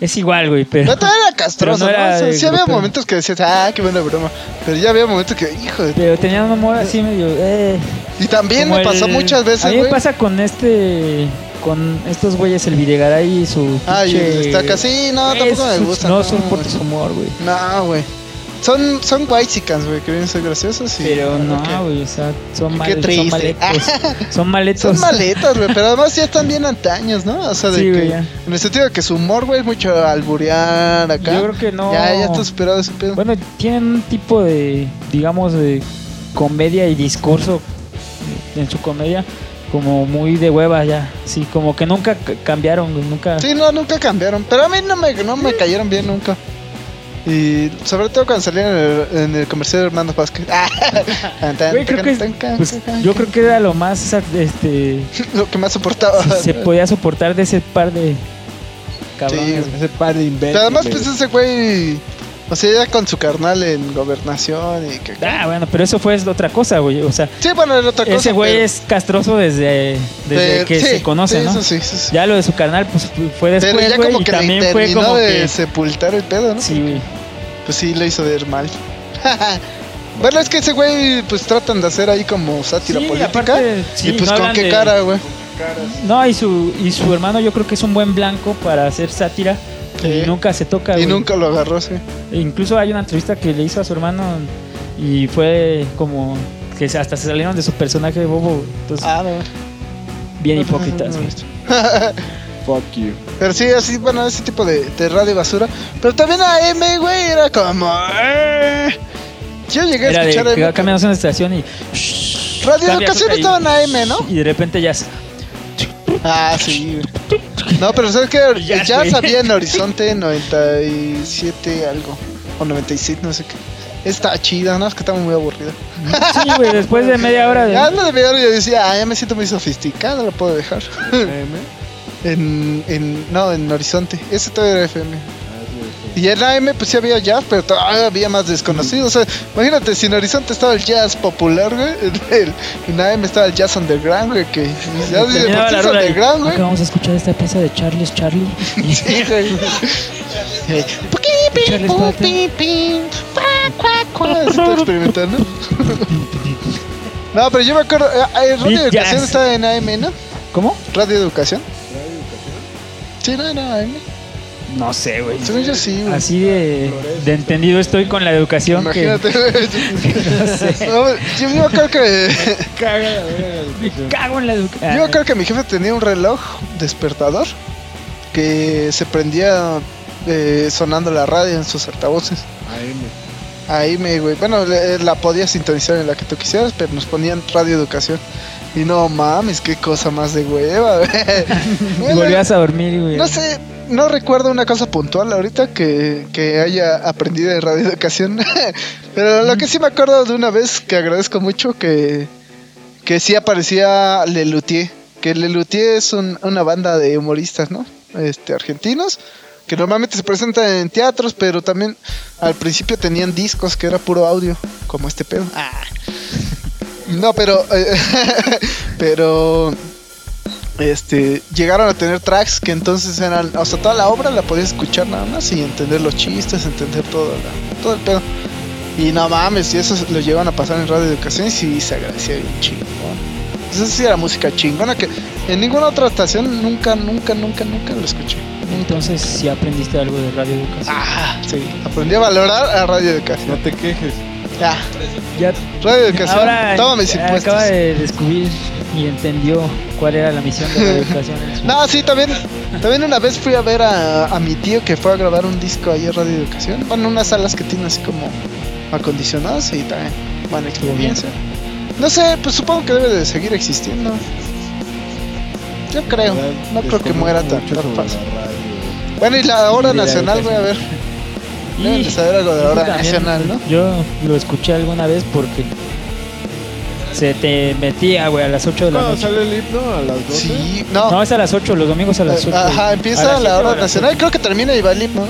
[SPEAKER 4] es igual, güey, pero...
[SPEAKER 1] Pero también era castroso,
[SPEAKER 4] Pero no
[SPEAKER 1] ¿no?
[SPEAKER 4] era
[SPEAKER 1] O sea,
[SPEAKER 4] de
[SPEAKER 1] sí había
[SPEAKER 4] grupero.
[SPEAKER 1] momentos que decías, ah, qué buena broma. Pero ya había momentos que, hijo de...
[SPEAKER 4] Pero tenía un humor así medio... Eh,
[SPEAKER 1] Y también
[SPEAKER 4] como
[SPEAKER 1] me pasó
[SPEAKER 4] el-
[SPEAKER 1] muchas
[SPEAKER 4] A
[SPEAKER 1] veces,
[SPEAKER 4] mí me
[SPEAKER 1] güey.
[SPEAKER 4] pasa con este... Con estos güeyes, el Videgaray y su...
[SPEAKER 1] Ay,
[SPEAKER 4] pinche-
[SPEAKER 1] está acá. Sí, no,
[SPEAKER 4] Eh,
[SPEAKER 1] tampoco me
[SPEAKER 4] sus-
[SPEAKER 1] gusta.
[SPEAKER 4] No, son por su humor, güey.
[SPEAKER 1] No, güey. Son, son whitexicans, güey, que vienen a ser graciosos y...
[SPEAKER 4] Pero no,
[SPEAKER 1] Ok.
[SPEAKER 4] güey, o sea, son, mal,
[SPEAKER 1] Qué
[SPEAKER 4] son
[SPEAKER 1] triste.
[SPEAKER 4] maletos. Son maletos.
[SPEAKER 1] [laughs] Son maletas, güey, pero además ya están
[SPEAKER 4] [laughs]
[SPEAKER 1] bien antaños, ¿no? O sea, de
[SPEAKER 4] Sí,
[SPEAKER 1] que,
[SPEAKER 4] güey, ya.
[SPEAKER 1] en el sentido de que su humor, güey, es mucho alburear acá.
[SPEAKER 4] Yo creo que no.
[SPEAKER 1] Ya, ya está superado ese pedo.
[SPEAKER 4] Bueno, tienen un tipo de, digamos, de comedia y discurso en su comedia como muy de hueva ya. Sí, como que nunca c- cambiaron, güey, nunca.
[SPEAKER 1] Sí, no, nunca cambiaron, pero a mí no me, no me cayeron bien nunca. Y sobre todo cuando salían en el, en el comercial de Hermanos Vázquez. Ah,
[SPEAKER 4] [laughs]
[SPEAKER 1] Tan, tan,
[SPEAKER 4] Güey, creo
[SPEAKER 1] tan,
[SPEAKER 4] que es-
[SPEAKER 1] tan, tan,
[SPEAKER 4] pues,
[SPEAKER 1] tan,
[SPEAKER 4] yo creo que era lo más este
[SPEAKER 1] [laughs] lo que más soportaba. [laughs]
[SPEAKER 4] si se podía soportar de ese par de cabrones.
[SPEAKER 1] Sí.
[SPEAKER 3] Ese par de imbéciles.
[SPEAKER 1] Pero además, pues ese güey, o sea, ya con su carnal en gobernación y que...
[SPEAKER 4] Ah, bueno, pero eso fue otra cosa, güey. O sea,
[SPEAKER 1] Sí, bueno, era otra cosa.
[SPEAKER 4] ese güey
[SPEAKER 1] pero-
[SPEAKER 4] es castroso desde, desde
[SPEAKER 1] pero-
[SPEAKER 4] que
[SPEAKER 1] sí,
[SPEAKER 4] se conoce,
[SPEAKER 1] sí,
[SPEAKER 4] ¿no?
[SPEAKER 1] Eso sí, eso sí.
[SPEAKER 4] Ya lo de su canal pues fu- fue
[SPEAKER 1] Pero
[SPEAKER 4] después,
[SPEAKER 1] ya
[SPEAKER 4] güey,
[SPEAKER 1] como
[SPEAKER 4] y
[SPEAKER 1] que le
[SPEAKER 4] también fue
[SPEAKER 1] terminó
[SPEAKER 4] como
[SPEAKER 1] de
[SPEAKER 4] que
[SPEAKER 1] sepultar el pedo, ¿no?
[SPEAKER 4] sí, güey.
[SPEAKER 1] Pues sí, lo hizo ver mal. [laughs] bueno, es que ese güey, pues tratan de hacer ahí como sátira
[SPEAKER 4] Sí,
[SPEAKER 1] política.
[SPEAKER 4] aparte, sí,
[SPEAKER 1] y pues
[SPEAKER 4] no
[SPEAKER 1] con
[SPEAKER 4] hablan
[SPEAKER 1] qué
[SPEAKER 4] de-
[SPEAKER 1] cara, güey.
[SPEAKER 4] No, y su y su hermano yo creo que es un buen blanco para hacer sátira
[SPEAKER 1] Sí.
[SPEAKER 4] y nunca se toca,
[SPEAKER 1] Y
[SPEAKER 4] güey.
[SPEAKER 1] nunca lo agarró, sí.
[SPEAKER 4] E Incluso hay una entrevista que le hizo a su hermano y fue como que se- hasta se salieron de su personaje de bobo, güey. entonces
[SPEAKER 1] no.
[SPEAKER 4] bien hipócritas. güey.
[SPEAKER 3] Fuck you.
[SPEAKER 1] Pero sí, así, bueno, ese tipo de, de radio basura. Pero también a M, güey, era como. "Eh". Yo llegué
[SPEAKER 4] Era
[SPEAKER 1] a escuchar
[SPEAKER 4] de
[SPEAKER 1] a
[SPEAKER 4] que
[SPEAKER 1] M.
[SPEAKER 4] cambiamos una estación y
[SPEAKER 1] Radio
[SPEAKER 4] cambias
[SPEAKER 1] Educación
[SPEAKER 4] otra y-
[SPEAKER 1] estaban a
[SPEAKER 4] [laughs]
[SPEAKER 1] M, ¿no?
[SPEAKER 4] Y de repente ya es-
[SPEAKER 1] Ah, sí, güey. No, pero sabes que
[SPEAKER 4] [laughs] Ya,
[SPEAKER 1] ya,
[SPEAKER 4] güey.
[SPEAKER 1] sabía en Horizonte 97 algo. O 96, no sé qué. Está chida, no, es que estaba muy aburrida.
[SPEAKER 4] sí, güey, después de
[SPEAKER 1] [laughs]
[SPEAKER 4] media hora de
[SPEAKER 1] Ya lo de ver yo decía, ah, ya me siento muy sofisticado, lo puedo dejar. [laughs]
[SPEAKER 3] AM.
[SPEAKER 1] en, en, no, en Horizonte. Ese todavía era FM.
[SPEAKER 3] Ah, sí, sí.
[SPEAKER 1] Y en AM pues sí había jazz, pero todavía había más desconocido. O sea, imagínate, si en Horizonte estaba el jazz popular, güey. En, el- en AM estaba el jazz underground, güey. Que ya dice,
[SPEAKER 4] Terminaba
[SPEAKER 1] pues
[SPEAKER 4] la
[SPEAKER 1] es
[SPEAKER 4] rola y,
[SPEAKER 1] underground, güey.
[SPEAKER 4] "Acá vamos a escuchar esta pieza de Charles Charlie.
[SPEAKER 1] [laughs] Sí, güey. Eh, puqui, pi,
[SPEAKER 4] Charles
[SPEAKER 1] pu,
[SPEAKER 4] Patton.
[SPEAKER 1] pi, pi, cuac, cuac, cuac. Ah, Está experimentando. [laughs] No, pero yo me acuerdo, eh, eh, Radio
[SPEAKER 4] Beat
[SPEAKER 1] Educación
[SPEAKER 4] jazz.
[SPEAKER 1] estaba en AM, ¿no?
[SPEAKER 4] ¿Cómo?
[SPEAKER 1] Radio Educación. Sí, no, no, AM.
[SPEAKER 4] No sé, güey.
[SPEAKER 1] Según yo sí, güey.
[SPEAKER 4] Así de, de entendido estoy con la educación que
[SPEAKER 1] Imagínate, [laughs] güey.
[SPEAKER 4] [laughs] no
[SPEAKER 1] [laughs]
[SPEAKER 4] sé.
[SPEAKER 1] No, güey, yo, yo creo que
[SPEAKER 4] Me cago en la educación.
[SPEAKER 1] yo creo que mi jefe tenía un reloj despertador que se prendía eh, sonando la radio en sus altavoces.
[SPEAKER 3] AM.
[SPEAKER 1] Ahí me, güey. Bueno, le- la podías sintonizar en la que tú quisieras, pero nos ponían radio educación. Y no mames, qué cosa más de hueva, güey.
[SPEAKER 4] Y
[SPEAKER 1] Bueno,
[SPEAKER 4] [laughs] volvías a dormir, güey.
[SPEAKER 1] No sé, no recuerdo una cosa puntual ahorita que, que haya aprendido en radio educación. [laughs] Pero lo que sí me acuerdo de una vez que agradezco mucho que, que sí aparecía Lelutier. Que Lelutier es un- una banda de humoristas, ¿no? Este, argentinos. Que normalmente se presentan en teatros, pero también al principio tenían discos que era puro audio, como este pedo. No, pero. eh, [laughs] pero. Este. Llegaron a tener tracks que entonces eran. O sea, toda la obra la podías escuchar nada más y entender los chistes, entender todo, la- todo el pedo. Y no mames, y eso lo llevan a pasar en Radio Educación y sí se agradecía bien chingón. Eso sí era música chingona que en ninguna otra estación nunca, nunca, nunca, nunca lo escuché.
[SPEAKER 4] Entonces, si aprendiste algo de radio educación.
[SPEAKER 1] Ah, sí. Aprendí a valorar a Radio
[SPEAKER 3] No
[SPEAKER 1] Educación.
[SPEAKER 3] te quejes.
[SPEAKER 1] Ya,
[SPEAKER 4] ya
[SPEAKER 1] Radio Ah, Educación.
[SPEAKER 4] ahora eh,
[SPEAKER 1] toma mis
[SPEAKER 4] acaba
[SPEAKER 1] impuestos.
[SPEAKER 4] de descubrir y entendió cuál era la misión de la educación. en su-
[SPEAKER 1] No, sí, también, también una vez fui a ver a, a mi tío que fue a grabar un disco ahí en Radio Educación. Bueno, unas salas que tienen así como acondicionadas y también buena experiencia. No sé, pues supongo que debe de seguir existiendo. Yo creo, no creo que muera tan, tan fácil. Bueno, y la hora
[SPEAKER 4] Y de la
[SPEAKER 1] nacional, voy a ver.
[SPEAKER 4] Y-
[SPEAKER 1] Deben de saber algo de
[SPEAKER 4] Yo
[SPEAKER 1] hora
[SPEAKER 4] también,
[SPEAKER 1] nacional, ¿no?
[SPEAKER 4] Yo lo escuché alguna vez porque se te metía, güey, a las 8 de la
[SPEAKER 3] No,
[SPEAKER 4] noche.
[SPEAKER 3] sale el himno a las 12.
[SPEAKER 1] Sí, no. eh,
[SPEAKER 4] No, es a las 8, los domingos a las 8.
[SPEAKER 1] Ajá, empieza la hora nacional. Creo que termina Ibalip, ¿no?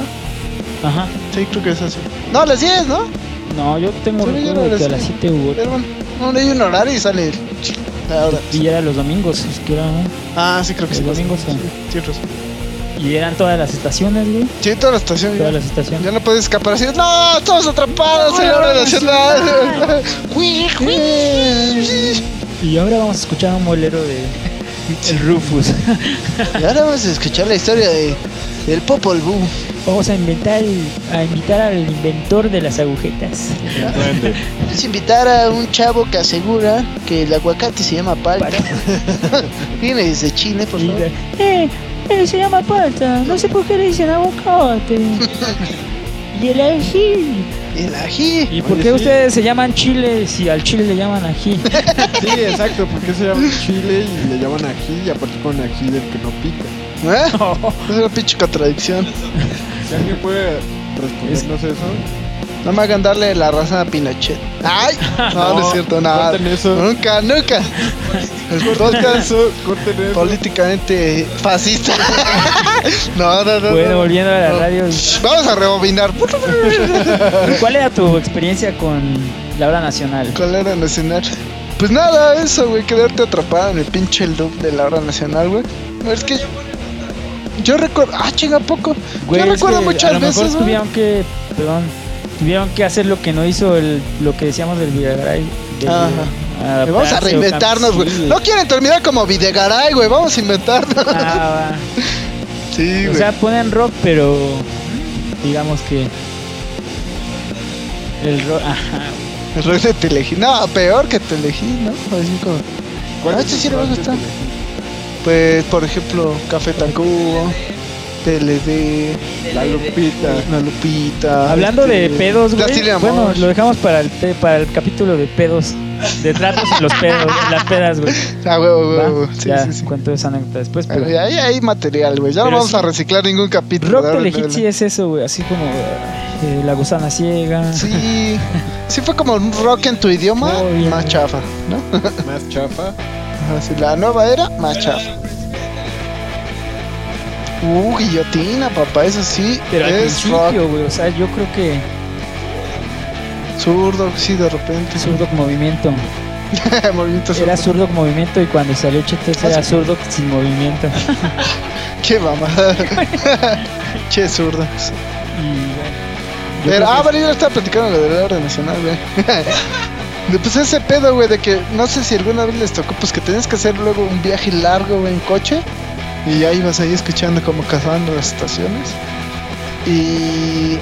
[SPEAKER 4] Ajá.
[SPEAKER 1] Sí, creo que es así. No, a las 10, ¿no?
[SPEAKER 4] No, yo tengo
[SPEAKER 1] Según yo
[SPEAKER 4] recuerdo
[SPEAKER 1] era
[SPEAKER 4] de que a
[SPEAKER 1] las
[SPEAKER 4] las 7 u 8.
[SPEAKER 1] Pero bueno, no leí un horario y sale la hora.
[SPEAKER 4] Y era los domingos, es que era, ¿no?
[SPEAKER 1] Ah, sí, creo que
[SPEAKER 4] Los
[SPEAKER 1] sí.
[SPEAKER 4] domingos
[SPEAKER 1] Sí, tienes razón.
[SPEAKER 4] Y eran todas las estaciones, güey.
[SPEAKER 1] Sí, toda la estación.
[SPEAKER 4] Todas
[SPEAKER 1] Ya,
[SPEAKER 4] las estaciones.
[SPEAKER 1] ya no puedes escapar así. ¡No! ¡Estamos atrapados en la hora [laughs] nacional! Jui, jui.
[SPEAKER 4] Y ahora vamos a escuchar un bolero
[SPEAKER 1] [laughs]
[SPEAKER 4] de el Rufus. [laughs]
[SPEAKER 1] y ahora vamos a escuchar la historia de, del Popol Vuh.
[SPEAKER 4] vamos a inventar a invitar al inventor de las agujetas.
[SPEAKER 3] Duende.
[SPEAKER 1] Es invitar a un chavo que asegura que el aguacate se llama palta. [laughs] Viene desde Chile, por favor.
[SPEAKER 4] Eh, eh, se llama palta. No sé por qué le
[SPEAKER 1] [laughs]
[SPEAKER 4] dicen aguacate. y el ají.
[SPEAKER 1] El ají.
[SPEAKER 4] ¿Y por
[SPEAKER 3] Oye,
[SPEAKER 4] qué
[SPEAKER 3] sí.
[SPEAKER 4] ustedes se llaman chile si al chile le
[SPEAKER 1] [laughs]
[SPEAKER 4] llaman ají?
[SPEAKER 3] Sí, exacto, porque se llama chile y le llaman ají y aparte ponen ají del que no pica.
[SPEAKER 1] ¿Eh? Es una pinche contradicción.
[SPEAKER 3] Si alguien puede respondernos eso,
[SPEAKER 1] No me hagan darle la raza a Pinochet.
[SPEAKER 4] [laughs]
[SPEAKER 1] ¡Ay! No, no, es
[SPEAKER 3] No,
[SPEAKER 1] cierto, nada.
[SPEAKER 3] corten eso.
[SPEAKER 1] Nunca, nunca. El podcast
[SPEAKER 3] eso, corten eso.
[SPEAKER 1] políticamente fascista. [laughs] No, no, no.
[SPEAKER 4] Bueno,
[SPEAKER 1] no.
[SPEAKER 4] volviendo a la
[SPEAKER 1] No. [laughs]
[SPEAKER 4] radio.
[SPEAKER 1] Vamos a
[SPEAKER 4] [laughs]
[SPEAKER 1] rebobinar.
[SPEAKER 4] ¿Cuál era tu experiencia con la hora nacional?
[SPEAKER 1] ¿Cuál era nacional? Pues nada, eso, güey, quedarte atrapada en el pinche loop de la hora nacional, güey. Es que. Yo recuerdo. Ah, chinga, ¿a poco.
[SPEAKER 4] Güey,
[SPEAKER 1] yo
[SPEAKER 4] es
[SPEAKER 1] recuerdo
[SPEAKER 4] que a
[SPEAKER 1] muchas
[SPEAKER 4] lo mejor
[SPEAKER 1] veces. güey.
[SPEAKER 4] tuvieron que, perdón, tuvieron que hacer lo que no hizo el, lo que decíamos del Videgaray. del-
[SPEAKER 1] Ajá.
[SPEAKER 4] adaptarse
[SPEAKER 1] Vamos a
[SPEAKER 4] o
[SPEAKER 1] reinventarnos,
[SPEAKER 4] cambiar-
[SPEAKER 1] güey.
[SPEAKER 4] sí,
[SPEAKER 1] No quieren terminar como Videgaray, güey. Vamos a inventarnos.
[SPEAKER 4] Ah,
[SPEAKER 1] Sí,
[SPEAKER 4] va. o
[SPEAKER 1] güey.
[SPEAKER 4] sea, ponen rock, pero digamos que el ah, rock, ajá,
[SPEAKER 1] El rock de Telegi. No, peor que Telegi, ¿no? Así como,
[SPEAKER 3] ¿Cuál
[SPEAKER 1] Ah,
[SPEAKER 3] es
[SPEAKER 1] este
[SPEAKER 3] tu
[SPEAKER 1] sí le va a
[SPEAKER 3] parte
[SPEAKER 1] gustar.
[SPEAKER 3] que
[SPEAKER 1] Pues, por ejemplo, Café Tacubo, TLD,
[SPEAKER 3] le- La Lupita.
[SPEAKER 1] La Lupita.
[SPEAKER 4] Hablando de
[SPEAKER 1] este,
[SPEAKER 4] pedos,
[SPEAKER 1] Destiny
[SPEAKER 4] güey.
[SPEAKER 1] Amor.
[SPEAKER 4] Bueno, lo dejamos para el pe- para el capítulo de pedos, de tratos en los pedos, en las pedas, güey.
[SPEAKER 1] Ah, huevo,
[SPEAKER 4] Va,
[SPEAKER 1] huevo, huevo. Sí,
[SPEAKER 4] ya
[SPEAKER 1] sí, sí.
[SPEAKER 4] cuento esa anécdota después, pero
[SPEAKER 1] Bueno, y ahí hay material, güey. Ya no
[SPEAKER 4] Pero
[SPEAKER 1] vamos
[SPEAKER 4] sí.
[SPEAKER 1] a reciclar ningún capítulo.
[SPEAKER 4] Rock
[SPEAKER 1] dale,
[SPEAKER 4] Telehit
[SPEAKER 1] dale.
[SPEAKER 4] sí es eso, güey, así como eh, La Gusana Ciega.
[SPEAKER 1] Sí. Sí fue como un rock en tu idioma,
[SPEAKER 4] Muy bien.
[SPEAKER 1] más chafa, ¿no?
[SPEAKER 3] Más chafa.
[SPEAKER 1] Ajá, sí, la nueva era, más chafa. Uh, guillotina, papá, eso sí.
[SPEAKER 4] Pero al
[SPEAKER 1] es rock.
[SPEAKER 4] principio, güey, o sea, yo creo que
[SPEAKER 1] Zurdo, sí, de repente.
[SPEAKER 4] Zurdo movimiento.
[SPEAKER 1] [laughs] Movimiento zurdo.
[SPEAKER 4] Era zurdo movimiento y cuando salió
[SPEAKER 1] Ah,
[SPEAKER 4] Chetes era zurdo
[SPEAKER 1] [laughs]
[SPEAKER 4] sin movimiento.
[SPEAKER 1] Qué mamada. [laughs] che, zurdo.
[SPEAKER 4] Y, bueno, yo
[SPEAKER 1] Pero,
[SPEAKER 4] creo
[SPEAKER 1] ah,
[SPEAKER 4] que-
[SPEAKER 1] bueno, yo estaba platicando lo del orden nacional, güey. [laughs] De, pues ese pedo, güey, de que no sé si alguna vez les tocó, pues que tenías que hacer luego un viaje largo, güey, en coche. Y ya ibas ahí escuchando como cazando las estaciones. Y,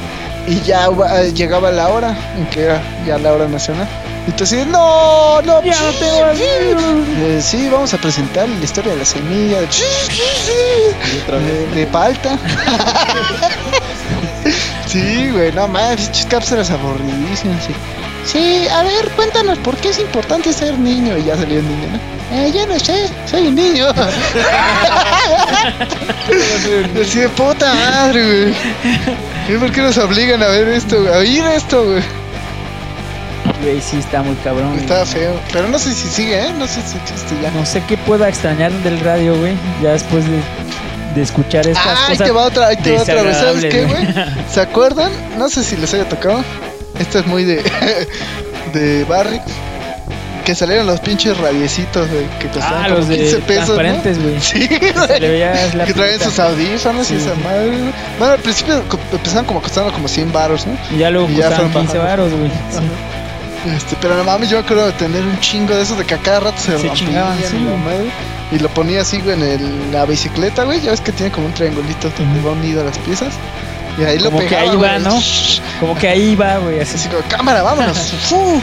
[SPEAKER 1] y ya va- llegaba la hora, en que era ya la hora nacional. Y tú así, no, no,
[SPEAKER 4] Ya
[SPEAKER 1] sí,
[SPEAKER 4] te vas.
[SPEAKER 1] sí". Eh, sí, vamos a presentar la historia de la semilla.
[SPEAKER 3] Y otra vez.
[SPEAKER 1] De, de palta. sí, güey, no mames, pinches cápsulas aburridísimas. Sí. sí, a ver, cuéntanos por qué es importante ser niño. Y ya salió el niño, ¿no? Eh, yo no sé, soy un niño. Así de puta madre, güey. ¿Y por qué nos obligan a ver esto, güey? A oír esto, güey.
[SPEAKER 4] Güey, sí, está muy cabrón.
[SPEAKER 1] Estaba
[SPEAKER 4] güey.
[SPEAKER 1] feo. Pero no sé si sigue, ¿eh? No sé si existe ya.
[SPEAKER 4] No sé qué pueda extrañar del radio, güey. Ya después de, de escuchar estas
[SPEAKER 1] Ah, ahí
[SPEAKER 4] cosas.
[SPEAKER 1] te va otra, ahí te va otra vez. ¿Sabes
[SPEAKER 4] desagradable,
[SPEAKER 1] qué,
[SPEAKER 4] güey?
[SPEAKER 1] güey? ¿Se acuerdan? No sé si les haya tocado. Esta es muy de. [laughs] de Barry. Que salieron los pinches radiecitos, güey, que costaban
[SPEAKER 4] Ah,
[SPEAKER 1] como
[SPEAKER 4] los
[SPEAKER 1] 15 pesos.
[SPEAKER 4] de
[SPEAKER 1] ¿no?
[SPEAKER 4] transparentes,
[SPEAKER 1] [laughs]
[SPEAKER 4] güey.
[SPEAKER 1] Sí,
[SPEAKER 4] Se le
[SPEAKER 1] güey.
[SPEAKER 4] veía la
[SPEAKER 1] Que traen
[SPEAKER 4] pinta.
[SPEAKER 1] sus audífonos y
[SPEAKER 4] Sí.
[SPEAKER 1] esa madre, güey. Bueno, al principio co- empezaron como costando como 100 baros, ¿no?
[SPEAKER 4] Y ya luego
[SPEAKER 1] Y ya
[SPEAKER 4] costaban
[SPEAKER 1] fueron
[SPEAKER 4] 15
[SPEAKER 1] bajando.
[SPEAKER 4] varos, güey. Sí.
[SPEAKER 1] Este, pero no mames, yo me acuerdo de tener un chingo de esos de que a cada rato se,
[SPEAKER 4] Se
[SPEAKER 1] rompían
[SPEAKER 4] chingaban,
[SPEAKER 1] y la
[SPEAKER 4] sí, güey.
[SPEAKER 1] madre. Y lo ponía así, güey, en el- la bicicleta, güey. Ya ves que tiene como un triangulito donde
[SPEAKER 4] Ujú.
[SPEAKER 1] va unido a las piezas. Y ahí lo
[SPEAKER 4] Como que
[SPEAKER 1] pegaba,
[SPEAKER 4] ahí va,
[SPEAKER 1] güey. [laughs]
[SPEAKER 4] ¿no? Como que ahí va, güey, así.
[SPEAKER 1] Así como, cámara,
[SPEAKER 4] [laughs]
[SPEAKER 1] vámonos. ¡Fu!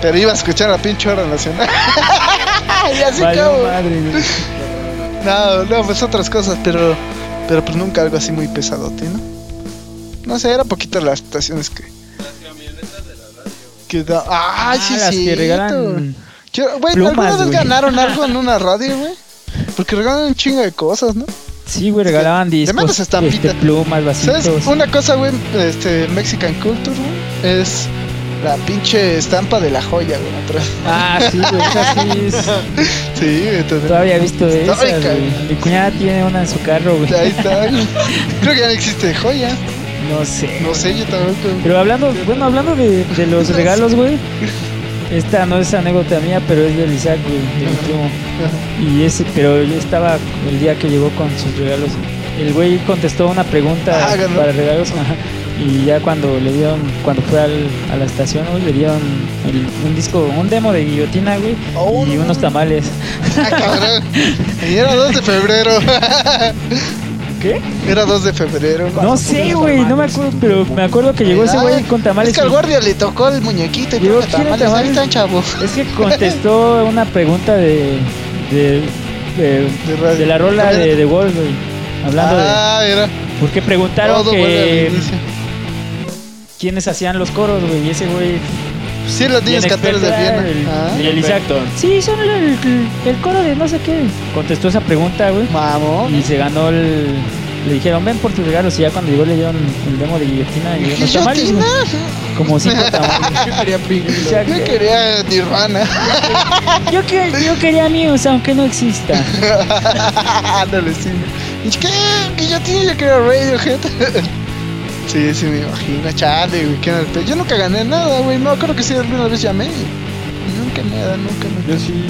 [SPEAKER 1] Pero iba a escuchar la pinche hora nacional. [laughs] y así
[SPEAKER 4] Valió
[SPEAKER 1] como.
[SPEAKER 4] madre, güey.
[SPEAKER 1] No, no, pues otras cosas, pero. Pero pues nunca algo así muy pesadote, ¿no? No sé, eran poquitas las estaciones que. Que da... ah,
[SPEAKER 4] Ah,
[SPEAKER 1] sí,
[SPEAKER 4] las
[SPEAKER 1] sí.
[SPEAKER 4] que regalan.
[SPEAKER 1] Yo- Güey,
[SPEAKER 4] plumas,
[SPEAKER 1] ¿alguna vez
[SPEAKER 4] güey.
[SPEAKER 1] ganaron algo en una radio, güey? Porque regalan un chingo de cosas, ¿no?
[SPEAKER 4] Sí, güey, regalaban
[SPEAKER 1] de menos
[SPEAKER 4] discos.
[SPEAKER 1] estampita.
[SPEAKER 4] Este, plumas, vasitos.
[SPEAKER 1] ¿Sabes? Una cosa, güey, este, Mexican Culture, güey, es la pinche estampa de la joya, güey, atrás.
[SPEAKER 4] [laughs] Ah, sí,
[SPEAKER 1] [laughs]
[SPEAKER 4] güey, esa sí es.
[SPEAKER 1] Sí, güey, entonces-
[SPEAKER 4] Todavía he visto de esas,
[SPEAKER 1] Histórica,
[SPEAKER 4] güey. Mi cuñada tiene una en su carro, güey.
[SPEAKER 1] Ahí
[SPEAKER 4] [laughs]
[SPEAKER 1] está, güey. Creo que ya no existe joya.
[SPEAKER 4] No sé.
[SPEAKER 1] No sé, yo tampoco.
[SPEAKER 4] Pero hablando, bueno, hablando de,
[SPEAKER 1] [laughs]
[SPEAKER 4] de los regalos, güey. Esta no es anécdota mía, pero es del Isaac, güey, de mi primo. Y ese, pero yo estaba el día que llegó con sus regalos. El güey contestó una pregunta
[SPEAKER 1] Ah, ganó.
[SPEAKER 4] para regalos. ajá, Y ya cuando le dieron, cuando fue al- a la estación, güey, le dieron el- un disco, un demo de guillotina, güey.
[SPEAKER 1] Oh,
[SPEAKER 4] y
[SPEAKER 1] no.
[SPEAKER 4] unos tamales.
[SPEAKER 1] Ah, cabrón. Y era 2 de febrero. [laughs]
[SPEAKER 4] ¿Qué?
[SPEAKER 1] Era 2 de febrero.
[SPEAKER 4] No sé, güey, no me acuerdo, pero me acuerdo que llegó ese güey con
[SPEAKER 1] Ah,
[SPEAKER 4] tamales.
[SPEAKER 1] Es que al
[SPEAKER 4] y-
[SPEAKER 1] guardia le tocó el muñequito y
[SPEAKER 4] Digo,
[SPEAKER 1] dijo,
[SPEAKER 4] ¿quiere
[SPEAKER 1] tamales, ahí
[SPEAKER 4] tamales?
[SPEAKER 1] están, chavo.
[SPEAKER 4] Es que contestó una pregunta de. de. de,
[SPEAKER 1] De radio.
[SPEAKER 4] de la rola de The Wall, güey. Hablando
[SPEAKER 1] Ah, era.
[SPEAKER 4] de. Porque preguntaron
[SPEAKER 1] Todo vuelve
[SPEAKER 4] que.
[SPEAKER 1] al inicio.
[SPEAKER 4] quiénes hacían los coros, güey. Y ese güey.
[SPEAKER 1] Sí, los
[SPEAKER 4] bien
[SPEAKER 1] niños cantores de
[SPEAKER 4] experto era
[SPEAKER 1] Viena.
[SPEAKER 4] el-
[SPEAKER 1] Ah.
[SPEAKER 4] Y el Isaac. Sí, son el, el- el coro de no sé qué. Contestó esa pregunta, güey.
[SPEAKER 1] Mamón.
[SPEAKER 4] Y se ganó el. Le dijeron, ven por tus regalos. Y ya cuando llegó le dieron el demo de guillotina y unos tamales, güey.
[SPEAKER 1] Guillotina.
[SPEAKER 4] Como
[SPEAKER 1] [laughs]
[SPEAKER 4] cinco tamales. Isaac,
[SPEAKER 1] Yo quería Nirvana. [laughs]
[SPEAKER 4] Yo, que, yo quería Muse, aunque no exista.
[SPEAKER 1] Ándale, sí. ¿Y qué? Que yo tenía, yo quería Radiohead. [laughs] sí, sí, me imagino. Chale, güey. qué mal pedo. Yo nunca gané nada, güey. No, creo que sí, alguna vez llamé. y Nunca nada, nunca, nunca.
[SPEAKER 3] Yo sí,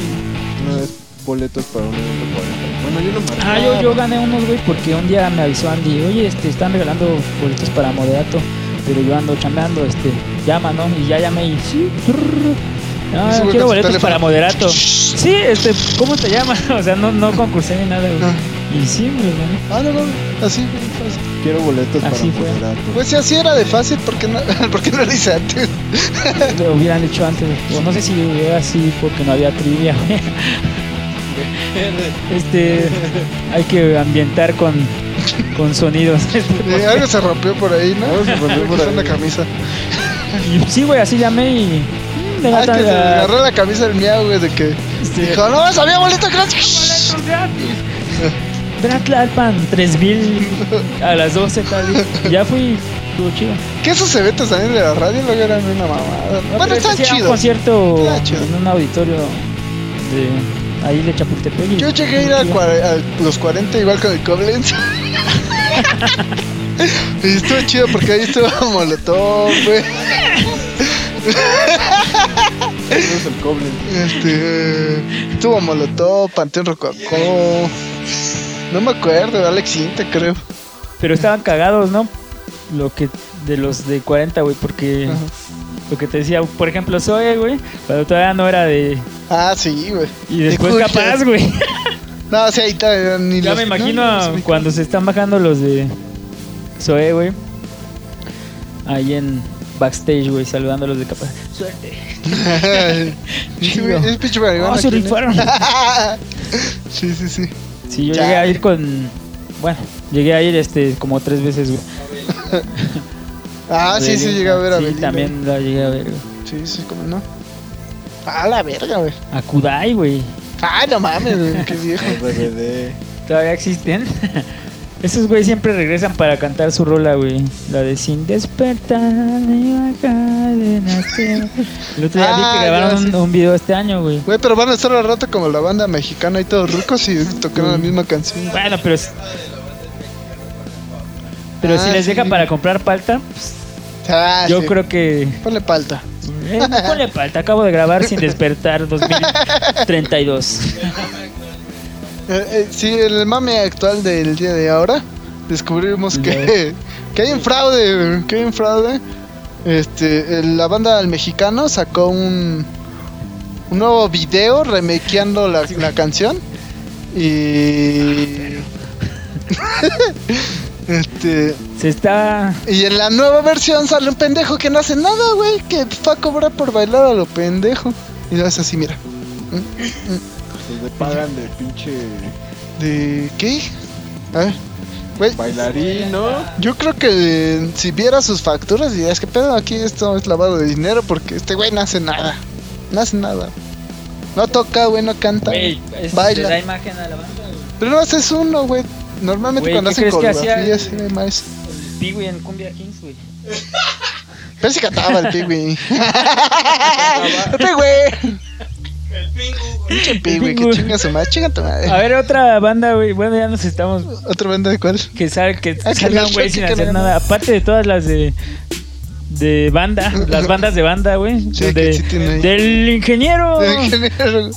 [SPEAKER 3] una vez boletos para un evento 40. Bueno, yo no marqué.
[SPEAKER 4] Ah, yo, yo gané unos, güey, porque un día me avisó Andy, oye, este, están regalando boletos para moderato, pero yo ando chambeando, este, llama, ¿no? Y ya llamé y sí, trrr.
[SPEAKER 1] Y ese
[SPEAKER 4] No,
[SPEAKER 1] güey
[SPEAKER 4] quiero
[SPEAKER 1] con su
[SPEAKER 4] boletos
[SPEAKER 1] teléfono.
[SPEAKER 4] para moderato. Sí, este, ¿cómo te llamas? [laughs] O sea, no, no concursé ni nada,
[SPEAKER 1] Ah.
[SPEAKER 4] güey. Y sí, me los gané.
[SPEAKER 1] Ah, no, no. Así, güey, fácil.
[SPEAKER 3] Quiero boletos
[SPEAKER 4] Así fue.
[SPEAKER 3] para moderato.
[SPEAKER 1] Pues si así era de fácil, ¿por qué no, [laughs] ¿por qué no lo hice antes?
[SPEAKER 4] Lo hubieran hecho antes, güey. O no sé si era así porque no había trivia,
[SPEAKER 1] [laughs]
[SPEAKER 4] güey. Este, hay que ambientar con,
[SPEAKER 1] [laughs]
[SPEAKER 4] con sonidos.
[SPEAKER 1] Eh, algo se rompió por ahí, ¿no?
[SPEAKER 3] Algo se
[SPEAKER 1] [laughs]
[SPEAKER 3] rompió
[SPEAKER 1] Creo
[SPEAKER 3] por
[SPEAKER 1] que fue
[SPEAKER 3] ahí.
[SPEAKER 1] una camisa.
[SPEAKER 4] Y sí, güey, así llamé y... mm, me
[SPEAKER 1] Ah, que
[SPEAKER 4] matan
[SPEAKER 1] se le
[SPEAKER 4] la-
[SPEAKER 1] agarró la camisa del miau, güey, de que
[SPEAKER 4] este,
[SPEAKER 1] dijo, no, sabía bolito gratis.
[SPEAKER 4] Tlatlalpan, 3000 a las 12 tal vez. Ya fui, estuvo chido.
[SPEAKER 1] Que esos eventos también de la radio luego eran una mamada.
[SPEAKER 4] No,
[SPEAKER 1] bueno,
[SPEAKER 4] pero
[SPEAKER 1] están
[SPEAKER 4] hicieron Un
[SPEAKER 1] chidos.
[SPEAKER 4] concierto
[SPEAKER 1] Están chidos.
[SPEAKER 4] en un auditorio de Ahí le Chapultepec. y-
[SPEAKER 1] Yo llegué a ir a, cuare- a los 40 igual con el Koblenz. [laughs] y estuvo chido porque ahí estuvo Molotov, güey.
[SPEAKER 3] Ese es el Koblenz.
[SPEAKER 1] Este, estuvo Molotov, Panteón Rococó. No me acuerdo, Alex Inta, creo.
[SPEAKER 4] Pero estaban cagados, ¿no? Lo que de los de 40, güey, porque
[SPEAKER 1] Ajá.
[SPEAKER 4] lo que te decía, por ejemplo, Zoe, güey, cuando todavía no era de
[SPEAKER 1] Ah, sí, güey.
[SPEAKER 4] y después
[SPEAKER 1] Escucha.
[SPEAKER 4] capaz, güey.
[SPEAKER 1] No, o sea, ahí está, ni
[SPEAKER 4] [laughs] Ya
[SPEAKER 1] los-
[SPEAKER 4] me
[SPEAKER 1] no,
[SPEAKER 4] imagino
[SPEAKER 1] no los ubico.
[SPEAKER 4] cuando se están bajando los de Zoe, güey. Ahí en backstage, güey, saludando a los de capaz. Suerte.
[SPEAKER 1] [laughs] Sí, güey, es pinche marihuana,
[SPEAKER 4] Ah, se
[SPEAKER 1] ¿quién es?
[SPEAKER 4] rifaron.
[SPEAKER 1] [laughs] sí, sí, sí.
[SPEAKER 4] Sí, yo
[SPEAKER 1] Chale.
[SPEAKER 4] llegué a ir con bueno, llegué a ir este como tres veces, güey.
[SPEAKER 1] Ah, sí, sí,
[SPEAKER 4] Belinda.
[SPEAKER 1] llegué a ver a
[SPEAKER 4] Sí,
[SPEAKER 1] Belinda.
[SPEAKER 4] también la llegué a ver. güey.
[SPEAKER 1] Sí, sí, cómo no. Ah, la verga, güey.
[SPEAKER 4] A Kudai, güey.
[SPEAKER 1] Ah, no mames, güey, qué viejo. [laughs]
[SPEAKER 3] RBD.
[SPEAKER 4] ¿Todavía existen? [laughs] Esos güey siempre regresan para cantar su rola, güey. La de Sin despertar ni cadenas. que-". El otro día
[SPEAKER 1] Ah,
[SPEAKER 4] vi
[SPEAKER 1] ya,
[SPEAKER 4] que grabaron
[SPEAKER 1] sí.
[SPEAKER 4] un, un video este año, güey.
[SPEAKER 1] Güey, pero van a estar al rato como la banda mexicana y todos ricos y tocaron la misma canción.
[SPEAKER 4] Bueno, pero... es- Pero
[SPEAKER 1] Ah,
[SPEAKER 4] si les
[SPEAKER 1] sí.
[SPEAKER 4] deja para comprar palta, pues,
[SPEAKER 1] Ah,
[SPEAKER 4] yo
[SPEAKER 1] sí.
[SPEAKER 4] creo que...
[SPEAKER 1] Ponle palta.
[SPEAKER 4] Eh, ponle palta, acabo de grabar sin despertar 2032.
[SPEAKER 1] Eh, eh, sí, en el mame actual del día de ahora, descubrimos que, [laughs] que hay un fraude, güey, que hay un fraude. Este, el- la banda del mexicano sacó un, un nuevo video remakeando la, la canción. Y. [laughs] este.
[SPEAKER 4] Se está...
[SPEAKER 1] Y en la nueva versión sale un pendejo que no hace nada, güey, que fue a cobrar por bailar a lo pendejo. Y lo hace así, mira.
[SPEAKER 3] Los de pagan de pinche
[SPEAKER 1] ¿De qué? A ver. Güey,
[SPEAKER 3] bailarín, ¿no?
[SPEAKER 1] yo creo que eh, si viera sus facturas dirías que pedo, aquí esto es lavado de dinero porque este güey no hace nada. No hace nada. No toca, güey, no canta.
[SPEAKER 4] Güey, es-
[SPEAKER 1] Baila.
[SPEAKER 4] le da imagen a la banda, güey.
[SPEAKER 1] Pero no haces uno, güey. Normalmente
[SPEAKER 4] Güey,
[SPEAKER 1] cuando
[SPEAKER 4] ¿qué
[SPEAKER 1] hacen
[SPEAKER 4] crees que hacía
[SPEAKER 1] coreografías, sí,
[SPEAKER 4] el-
[SPEAKER 1] güey, más.
[SPEAKER 4] El Pee Wee en Cumbia Kings, güey.
[SPEAKER 1] Pero sí cantaba el
[SPEAKER 4] [laughs]
[SPEAKER 1] [laughs] pigüey. el pigüey.
[SPEAKER 2] El pingu. güey.
[SPEAKER 1] Pinche pigüey, que
[SPEAKER 4] Pingüe.
[SPEAKER 1] chinga su madre. Chinga tu madre.
[SPEAKER 4] A ver, otra banda, güey. Bueno, ya nos estamos.
[SPEAKER 1] ¿Otra banda de cuál?
[SPEAKER 4] Que, sal, que
[SPEAKER 1] Ah, que
[SPEAKER 4] salgan,
[SPEAKER 1] no,
[SPEAKER 4] güey,
[SPEAKER 1] que
[SPEAKER 4] sin
[SPEAKER 1] que
[SPEAKER 4] hacer
[SPEAKER 1] no.
[SPEAKER 4] nada. Aparte de todas las de. De banda, las bandas de banda, güey.
[SPEAKER 1] Sí,
[SPEAKER 4] donde-
[SPEAKER 1] que sí tiene ahí.
[SPEAKER 4] del ingeniero.
[SPEAKER 1] El ingeniero.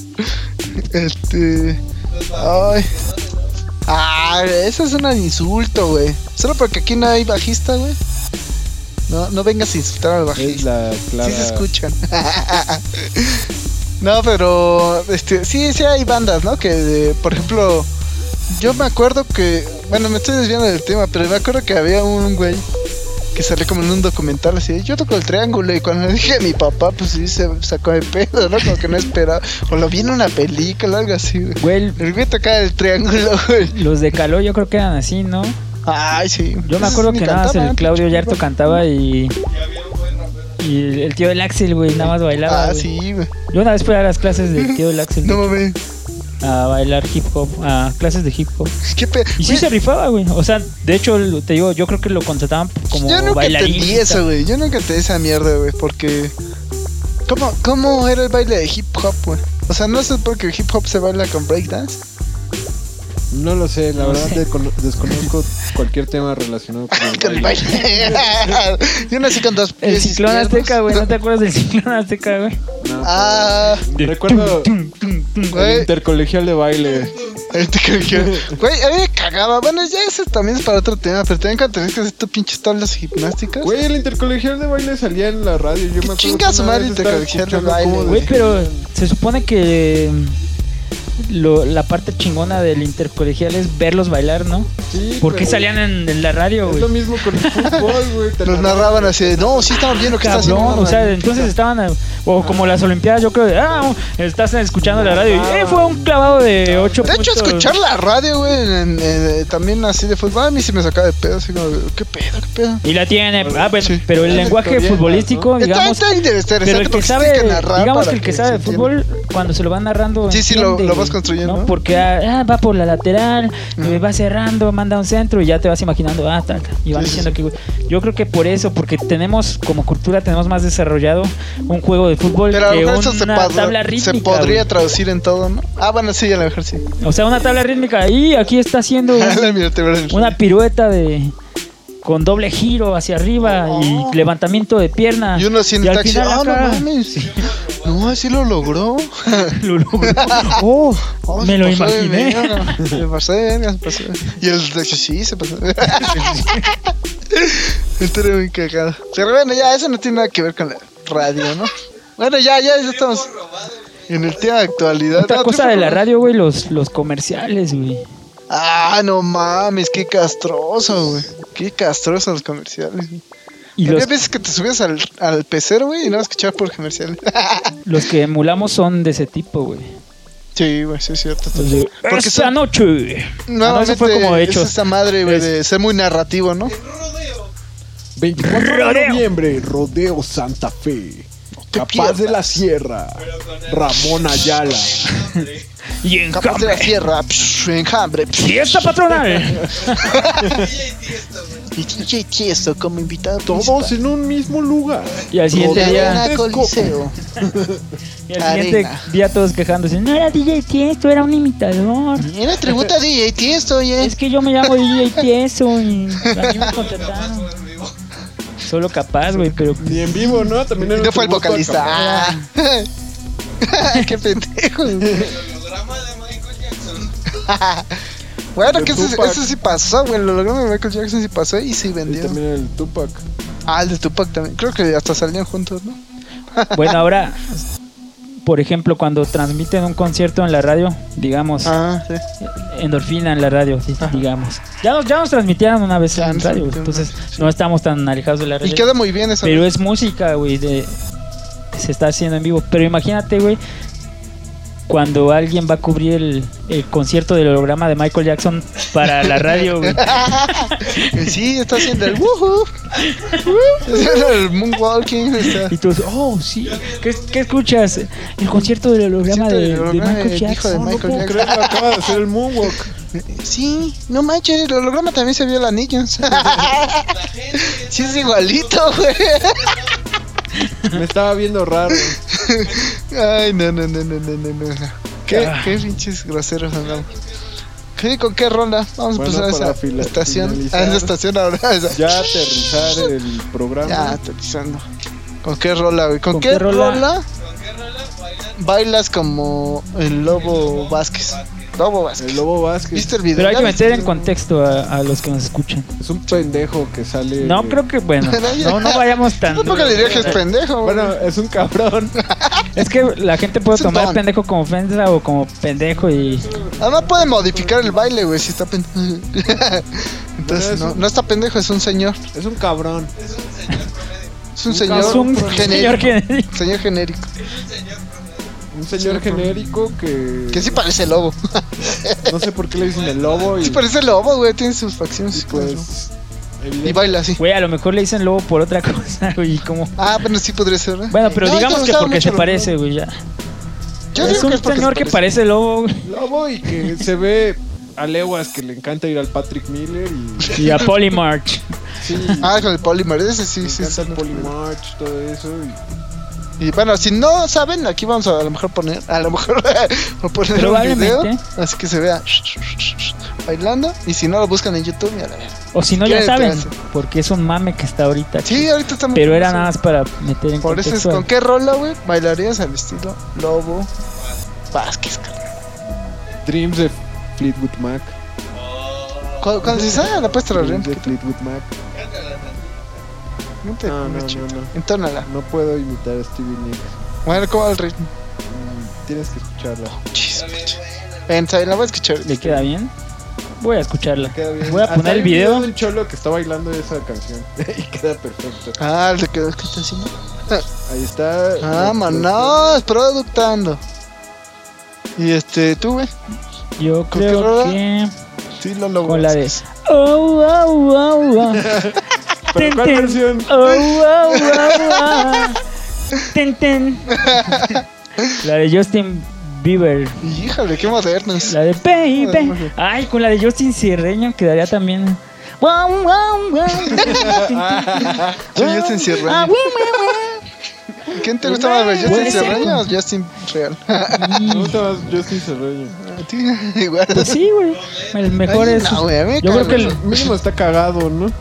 [SPEAKER 1] Este. Ay. Ah, eso es un insulto, güey. Solo porque aquí no hay bajista, güey. No, no vengas a insultar al
[SPEAKER 3] Es
[SPEAKER 1] bajista.
[SPEAKER 3] la clara.
[SPEAKER 1] Sí se escuchan. [laughs] no, pero este, sí, sí hay bandas, ¿no? Que, de- por ejemplo, yo me acuerdo que, bueno, me estoy desviando del tema, pero me acuerdo que había un güey que salió como en un documental así, yo toco el triángulo y cuando le dije a mi papá, pues sí se sacó de pedo, ¿no? Como que no esperaba, o lo vi en una película, algo así. güey.
[SPEAKER 4] Güey,
[SPEAKER 1] El güey tocaba el triángulo, [laughs] güey.
[SPEAKER 4] los de Caló yo creo que eran así, ¿no?
[SPEAKER 1] Ay, sí.
[SPEAKER 4] Yo me
[SPEAKER 1] Esos
[SPEAKER 4] acuerdo
[SPEAKER 1] Pues, ni
[SPEAKER 4] que nada más
[SPEAKER 1] cantaban,
[SPEAKER 4] el Claudio
[SPEAKER 1] pinche
[SPEAKER 4] Yarto
[SPEAKER 1] güey.
[SPEAKER 4] cantaba y.
[SPEAKER 2] Y había un buen rapero.
[SPEAKER 4] Y el- el tío del Axel, güey, nada más bailaba.
[SPEAKER 1] Ah,
[SPEAKER 4] güey.
[SPEAKER 1] sí, güey.
[SPEAKER 4] Yo una vez fui a las clases del tío del
[SPEAKER 1] [laughs]
[SPEAKER 4] Axel
[SPEAKER 1] No
[SPEAKER 4] güey,
[SPEAKER 1] mames.
[SPEAKER 4] a bailar hip hop, a clases de hip hop.
[SPEAKER 1] ¿Qué pe-
[SPEAKER 4] Y sí
[SPEAKER 1] güey,
[SPEAKER 4] se rifaba, güey. O sea, de hecho, lo- te digo, yo creo que lo contrataban como
[SPEAKER 1] Yo nunca
[SPEAKER 4] bailarín.
[SPEAKER 1] entendí eso, güey. Yo nunca entendí esa mierda, güey. Porque. ¿Cómo, ¿Cómo era el baile de hip hop, güey? O sea, no sé por qué el hip hop se baila con breakdance.
[SPEAKER 3] No lo sé, la
[SPEAKER 4] No
[SPEAKER 3] verdad
[SPEAKER 4] sé.
[SPEAKER 3] descono- desconozco cualquier tema relacionado con el
[SPEAKER 1] Con el
[SPEAKER 3] baile.
[SPEAKER 1] baile. [laughs] Yo nací con dos
[SPEAKER 4] El
[SPEAKER 1] pies.
[SPEAKER 4] ciclón
[SPEAKER 1] izquierdos.
[SPEAKER 4] azteca, güey.
[SPEAKER 1] [laughs]
[SPEAKER 4] ¿No te acuerdas del ciclón azteca, güey?
[SPEAKER 3] No,
[SPEAKER 1] Ah,
[SPEAKER 3] pero- recuerdo el
[SPEAKER 1] güey.
[SPEAKER 3] intercolegial de
[SPEAKER 1] [laughs]
[SPEAKER 3] baile.
[SPEAKER 1] Ahorita que dije, Güey, a mí me cagaba. Bueno, ya ese también es para otro tema. Pero también cuando tenías que hacer tus pinches tablas gimnásticas.
[SPEAKER 3] Güey, el intercolegial de baile salía en la radio. Yo me acuerdo
[SPEAKER 1] chinga
[SPEAKER 3] que
[SPEAKER 1] su
[SPEAKER 3] una
[SPEAKER 1] madre
[SPEAKER 3] vez estaba
[SPEAKER 1] intercolegial de
[SPEAKER 3] escuchando
[SPEAKER 1] baile,
[SPEAKER 3] cómo
[SPEAKER 4] Güey,
[SPEAKER 3] de-
[SPEAKER 4] pero se supone que mm, lo- la parte chingona del intercolegial es verlos bailar, ¿no?
[SPEAKER 3] Sí,
[SPEAKER 4] ¿Por qué
[SPEAKER 3] pero
[SPEAKER 4] salían en, en la radio,
[SPEAKER 3] Es lo
[SPEAKER 4] güey?
[SPEAKER 3] mismo con el fútbol, güey.
[SPEAKER 1] [laughs]
[SPEAKER 3] te
[SPEAKER 1] Nos narraban así de, no, sí estamos viendo que está haciendo.
[SPEAKER 4] Cabrón,
[SPEAKER 1] una
[SPEAKER 4] o sea,
[SPEAKER 1] maravilla".
[SPEAKER 4] entonces estaban, a- o como las Olimpiadas, yo creo, de, ah, estás escuchando la radio y eh, fue un clavado de 8
[SPEAKER 1] Ah. De hecho, escuchar la radio, güey, en- en- eh, también así de fútbol, a mí sí me sacaba de pedo, así como, ¿qué pedo, qué pedo?
[SPEAKER 4] Y la tiene, ah, bueno,
[SPEAKER 1] Sí.
[SPEAKER 4] pero el
[SPEAKER 3] Tiene
[SPEAKER 4] lenguaje
[SPEAKER 3] historietas,
[SPEAKER 4] futbolístico,
[SPEAKER 1] Está,
[SPEAKER 4] digamos,
[SPEAKER 1] está interesante
[SPEAKER 4] pero el que
[SPEAKER 1] porque sí
[SPEAKER 4] sabe,
[SPEAKER 1] tienes que narrar
[SPEAKER 4] digamos
[SPEAKER 1] para
[SPEAKER 4] que el que sabe
[SPEAKER 1] se
[SPEAKER 4] de fútbol cuando se lo van narrando.
[SPEAKER 1] Sí, sí, lo-
[SPEAKER 4] entiende,
[SPEAKER 1] lo vas
[SPEAKER 4] güey,
[SPEAKER 1] construyendo, ¿no?
[SPEAKER 4] Porque ah, ah, va por la lateral,
[SPEAKER 1] Ujú.
[SPEAKER 4] eh, va cerrando, manda un centro y ya te vas imaginando, ah, tal, tal, Y van
[SPEAKER 1] Sí, sí,
[SPEAKER 4] diciendo que, güey, yo creo que por eso, porque tenemos como cultura, tenemos más desarrollado un juego de fútbol
[SPEAKER 1] Pero a lo
[SPEAKER 4] que
[SPEAKER 1] mejor eso se,
[SPEAKER 4] eh, una
[SPEAKER 1] pod-
[SPEAKER 4] tabla
[SPEAKER 1] se
[SPEAKER 4] rítmica.
[SPEAKER 1] podría
[SPEAKER 4] güey.
[SPEAKER 1] traducir en todo, ¿no? Ah, bueno, sí, a lo mejor sí. [laughs]
[SPEAKER 4] O sea, una tabla rítmica. Y aquí está haciendo un-
[SPEAKER 1] La mira, te verás.
[SPEAKER 4] una pirueta de con doble giro hacia arriba y levantamiento de pierna.
[SPEAKER 1] Y uno haciendo
[SPEAKER 4] al
[SPEAKER 1] taxi.
[SPEAKER 4] final
[SPEAKER 1] Ah, no
[SPEAKER 4] acá- [laughs]
[SPEAKER 1] mames. No, sí lo logró. [laughs]
[SPEAKER 4] Lo logró. Oh, me lo imaginé. [laughs]
[SPEAKER 1] Me pasé, de verga, se pasó. Y el taxi sí se pasó. [laughs] Esto era muy cagado. Pero bueno, ya, eso no tiene nada que ver con la radio, ¿no? Bueno, ya, ya, ya estamos en el tema de actualidad.
[SPEAKER 4] Otra
[SPEAKER 1] No,
[SPEAKER 4] cosa
[SPEAKER 1] triunfo
[SPEAKER 4] de la
[SPEAKER 1] robado.
[SPEAKER 4] radio, güey, los, los comerciales, güey.
[SPEAKER 1] Ah, no mames, qué castroso, güey. Qué castroso los comerciales. güey.
[SPEAKER 4] Y
[SPEAKER 1] Había
[SPEAKER 4] los,
[SPEAKER 1] veces que te subías al, al pecero, güey, y no escuchar por comerciales. [laughs]
[SPEAKER 4] los que emulamos son de ese tipo, güey.
[SPEAKER 1] sí, güey, sí es cierto.
[SPEAKER 4] Los de,
[SPEAKER 1] Porque
[SPEAKER 4] esta
[SPEAKER 1] son-
[SPEAKER 4] noche. Ah, no,
[SPEAKER 1] Nuevamente,
[SPEAKER 4] eso fue como hecho.
[SPEAKER 1] Es esa madre, güey,
[SPEAKER 4] Es-
[SPEAKER 1] de ser muy narrativo, ¿no?
[SPEAKER 3] 24 de
[SPEAKER 4] Rodeo.
[SPEAKER 3] noviembre, Rodeo Santa Fe. Capaz de la Sierra, Ramón Ayala.
[SPEAKER 4] Y en
[SPEAKER 1] Capaz de la
[SPEAKER 4] cambio-
[SPEAKER 1] tierra, psh, enjambre, psh,
[SPEAKER 4] Fiesta patronal.
[SPEAKER 1] y DJ Tiesto como invitado.
[SPEAKER 3] Todos en un mismo lugar.
[SPEAKER 4] Y al siguiente
[SPEAKER 1] principal.
[SPEAKER 4] día,
[SPEAKER 1] Arena Coliseo.
[SPEAKER 4] y al siguiente
[SPEAKER 1] Arena.
[SPEAKER 4] día todos quejándose. No era DJ Tiesto, era un imitador.
[SPEAKER 1] Era tributa a DJ Tiesto, oye.
[SPEAKER 4] Es que yo me llamo DJ Tiesto y a mí me contrataron. Solo capaz, güey,
[SPEAKER 1] [laughs]
[SPEAKER 4] pero pues,
[SPEAKER 3] Ni en vivo, ¿no? También era
[SPEAKER 1] Y no fue el
[SPEAKER 3] tributo a
[SPEAKER 1] vocalista.
[SPEAKER 3] Capaz.
[SPEAKER 1] Ah. [laughs] Qué pendejo, güey. Bueno,
[SPEAKER 3] De
[SPEAKER 1] que eso,
[SPEAKER 3] Tupac.
[SPEAKER 1] eso sí pasó, güey. Lo logró de Michael Jackson sí pasó y sí
[SPEAKER 3] Y
[SPEAKER 1] vendió.
[SPEAKER 3] también era el Tupac.
[SPEAKER 1] Ah, el de Tupac también. Creo que hasta salían juntos, ¿no?
[SPEAKER 4] bueno, ahora por ejemplo, cuando transmiten un concierto en la radio, digamos,
[SPEAKER 1] Ah, sí.
[SPEAKER 4] endorfina en la radio, sí, digamos. Ya nos, ya nos transmitieron una vez
[SPEAKER 1] Ya
[SPEAKER 4] en
[SPEAKER 1] nos
[SPEAKER 4] radio,
[SPEAKER 1] transmitieron
[SPEAKER 4] entonces
[SPEAKER 1] una vez, sí.
[SPEAKER 4] no estamos tan alejados de la
[SPEAKER 1] Y
[SPEAKER 4] radio.
[SPEAKER 1] queda muy bien eso.
[SPEAKER 4] Pero es música, güey, de- se está haciendo en vivo. Pero imagínate, güey, cuando alguien va a cubrir el, el concierto del holograma de Michael Jackson para la radio, güey.
[SPEAKER 1] Sí, está haciendo el woohoo. Está haciendo el moonwalking. Está.
[SPEAKER 4] Y todos, oh, sí. ¿Qué, qué escuchas? El concierto del holograma
[SPEAKER 1] Concierto
[SPEAKER 4] de,
[SPEAKER 1] del
[SPEAKER 4] de
[SPEAKER 1] holograma del
[SPEAKER 4] Michael
[SPEAKER 1] hijo de
[SPEAKER 4] Jackson.
[SPEAKER 3] No, no
[SPEAKER 1] Michael
[SPEAKER 3] puedo
[SPEAKER 1] Jackson.
[SPEAKER 3] creerlo, acaba de hacer el moonwalk.
[SPEAKER 1] Sí, no manches, el holograma también se vio el anillo. [laughs] Sí, es igualito, güey.
[SPEAKER 3] Me estaba viendo raro.
[SPEAKER 1] Ay, no, no, no, no, no, no. no. Qué,
[SPEAKER 4] Ah.
[SPEAKER 1] qué pinches groseros andamos. ¿Qué, ¿Con qué ronda? Vamos
[SPEAKER 3] Bueno,
[SPEAKER 1] a empezar
[SPEAKER 3] para
[SPEAKER 1] esa
[SPEAKER 3] fila-
[SPEAKER 1] estación.
[SPEAKER 3] finalizar.
[SPEAKER 1] A esa estación ahora. [laughs] esa.
[SPEAKER 3] Ya aterrizar el programa.
[SPEAKER 1] Ya, actualizando. ¿Con qué rola, güey? ¿Con,
[SPEAKER 4] ¿Con
[SPEAKER 1] qué,
[SPEAKER 4] qué
[SPEAKER 1] rola?
[SPEAKER 4] rola?
[SPEAKER 1] Bailas como el Lobo Vázquez. Lobo Vázquez.
[SPEAKER 3] El Lobo Vázquez.
[SPEAKER 1] ¿Viste el video?
[SPEAKER 4] Pero hay
[SPEAKER 1] ¿Ya
[SPEAKER 4] que
[SPEAKER 1] viste
[SPEAKER 4] meter en
[SPEAKER 1] el-
[SPEAKER 4] contexto a, a los que nos escuchan.
[SPEAKER 3] Es un pendejo que sale.
[SPEAKER 4] No, creo
[SPEAKER 1] [laughs]
[SPEAKER 4] que, bueno, no, no vayamos tan...
[SPEAKER 1] Tampoco le diría que es pendejo. güey.
[SPEAKER 3] Bueno, es un cabrón. [laughs]
[SPEAKER 4] Es que la gente puede
[SPEAKER 1] Es un
[SPEAKER 4] tomar
[SPEAKER 1] don.
[SPEAKER 4] pendejo como ofensa o como pendejo y...
[SPEAKER 1] Además puede modificar el baile, güey, si está pendejo.
[SPEAKER 3] Pero
[SPEAKER 1] [laughs] Entonces,
[SPEAKER 3] es
[SPEAKER 1] no,
[SPEAKER 3] un-
[SPEAKER 1] no está pendejo, es un señor.
[SPEAKER 3] Es un cabrón.
[SPEAKER 1] Es un
[SPEAKER 3] Un
[SPEAKER 1] señor
[SPEAKER 4] Es un [laughs] señor
[SPEAKER 1] genérico.
[SPEAKER 4] que...
[SPEAKER 1] Señor genérico.
[SPEAKER 3] Un señor genérico que.
[SPEAKER 1] Que sí parece lobo. [laughs]
[SPEAKER 3] No sé por qué le dicen el lobo y.
[SPEAKER 1] Sí parece lobo, güey, tiene sus
[SPEAKER 3] y
[SPEAKER 1] facciones. Pues,
[SPEAKER 3] pues.
[SPEAKER 1] y baila así.
[SPEAKER 4] Güey, a lo mejor le dicen lobo por otra [laughs] cosa, güey, y como...
[SPEAKER 1] Ah, bueno, sí podría ser, ¿eh?
[SPEAKER 4] Bueno, pero
[SPEAKER 1] No,
[SPEAKER 4] digamos
[SPEAKER 1] yo
[SPEAKER 4] que
[SPEAKER 1] usaba
[SPEAKER 4] porque
[SPEAKER 1] mucho
[SPEAKER 4] se
[SPEAKER 1] los
[SPEAKER 4] parece, güey, ya.
[SPEAKER 1] lobos. Yo
[SPEAKER 4] es
[SPEAKER 1] digo
[SPEAKER 4] un
[SPEAKER 1] que es porque
[SPEAKER 4] señor
[SPEAKER 1] se
[SPEAKER 4] que parece lobo, güey.
[SPEAKER 3] Lobo y que se ve a leguas que le encanta ir al Patrick Miller y.
[SPEAKER 4] Y a Polymarch.
[SPEAKER 3] Sí.
[SPEAKER 1] [laughs] Ah, con el polymer, ese
[SPEAKER 3] le
[SPEAKER 1] sí, sí.
[SPEAKER 3] encanta
[SPEAKER 1] sí,
[SPEAKER 3] el
[SPEAKER 1] no.
[SPEAKER 3] Polymarch, todo eso. Y...
[SPEAKER 1] Y bueno, si no saben, aquí vamos a, a lo mejor poner, a lo mejor [laughs] a poner un video,
[SPEAKER 4] Probablemente.
[SPEAKER 1] así que se vea [laughs] bailando. Y si no lo buscan en YouTube, mira.
[SPEAKER 4] O si no, ya
[SPEAKER 1] ¿Qué
[SPEAKER 4] saben,
[SPEAKER 1] te hace?
[SPEAKER 4] porque es un mame que está ahorita.
[SPEAKER 1] Sí, ahorita estamos.
[SPEAKER 4] Pero era nada más para meter en
[SPEAKER 1] Por eso es
[SPEAKER 4] contexto.
[SPEAKER 1] con qué rola, güey, bailarías al estilo Lobo Vázquez. carnal?
[SPEAKER 3] Dreams de Fleetwood Mac.
[SPEAKER 1] Cu- Cuando se sabe la puesta la
[SPEAKER 3] Dreams de
[SPEAKER 1] renta,
[SPEAKER 3] Fleetwood Mac.
[SPEAKER 1] Ah, no te
[SPEAKER 3] Ah, No, no,
[SPEAKER 1] pongas
[SPEAKER 3] no,
[SPEAKER 1] chido.
[SPEAKER 3] no.
[SPEAKER 1] Entónala.
[SPEAKER 3] No puedo imitar a Stevie Nicks.
[SPEAKER 1] Bueno, ¿cómo va el ritmo?
[SPEAKER 3] Mm, Tienes que escucharla.
[SPEAKER 1] Chis, Ven, sabe, la voy a escuchar.
[SPEAKER 4] ¿Le queda bien? Voy a escucharla.
[SPEAKER 3] Queda bien.
[SPEAKER 4] Voy a
[SPEAKER 3] Hasta
[SPEAKER 4] poner
[SPEAKER 3] hay
[SPEAKER 4] el
[SPEAKER 3] un
[SPEAKER 4] video.
[SPEAKER 3] de un cholo que está bailando esa canción. [laughs] y queda perfecto.
[SPEAKER 1] Ah, le quedó escrito encima.
[SPEAKER 3] Ahí está.
[SPEAKER 1] Ah, manos, productando. Y este, tú, güey.
[SPEAKER 4] Yo
[SPEAKER 1] ¿Con qué
[SPEAKER 4] creo
[SPEAKER 1] rola?
[SPEAKER 4] que.
[SPEAKER 1] Sí, lo logró.
[SPEAKER 4] Con la de. Oh, oh,
[SPEAKER 1] [laughs]
[SPEAKER 4] oh, oh.
[SPEAKER 3] ¿Pero cuál versión?
[SPEAKER 1] [laughs]
[SPEAKER 4] Oh, oh, oh, oh. Ten, ten. La de Justin Bieber.
[SPEAKER 1] Híjole, qué modernos.
[SPEAKER 4] La de Baby. Ay, con la de Justin Cirreño quedaría también. Guau, guau,
[SPEAKER 1] [laughs] Ah,
[SPEAKER 4] guau.
[SPEAKER 1] Soy Justin Sierra.
[SPEAKER 4] Ah, guau, guau,
[SPEAKER 1] ¿Quién te gusta más, güey?
[SPEAKER 4] Puede
[SPEAKER 1] ¿Justin
[SPEAKER 4] ser.
[SPEAKER 1] Cerreño o Justin Real? [laughs]
[SPEAKER 4] guau.
[SPEAKER 3] Me gusta más Justin Cerreño.
[SPEAKER 1] A ti, [laughs] Igual.
[SPEAKER 4] Pues sí, güey. El mejor
[SPEAKER 1] Ay,
[SPEAKER 4] es.
[SPEAKER 1] no, güey, a mí me
[SPEAKER 4] Yo creo que el,
[SPEAKER 1] cagan
[SPEAKER 3] Mínimo está cagado, ¿no?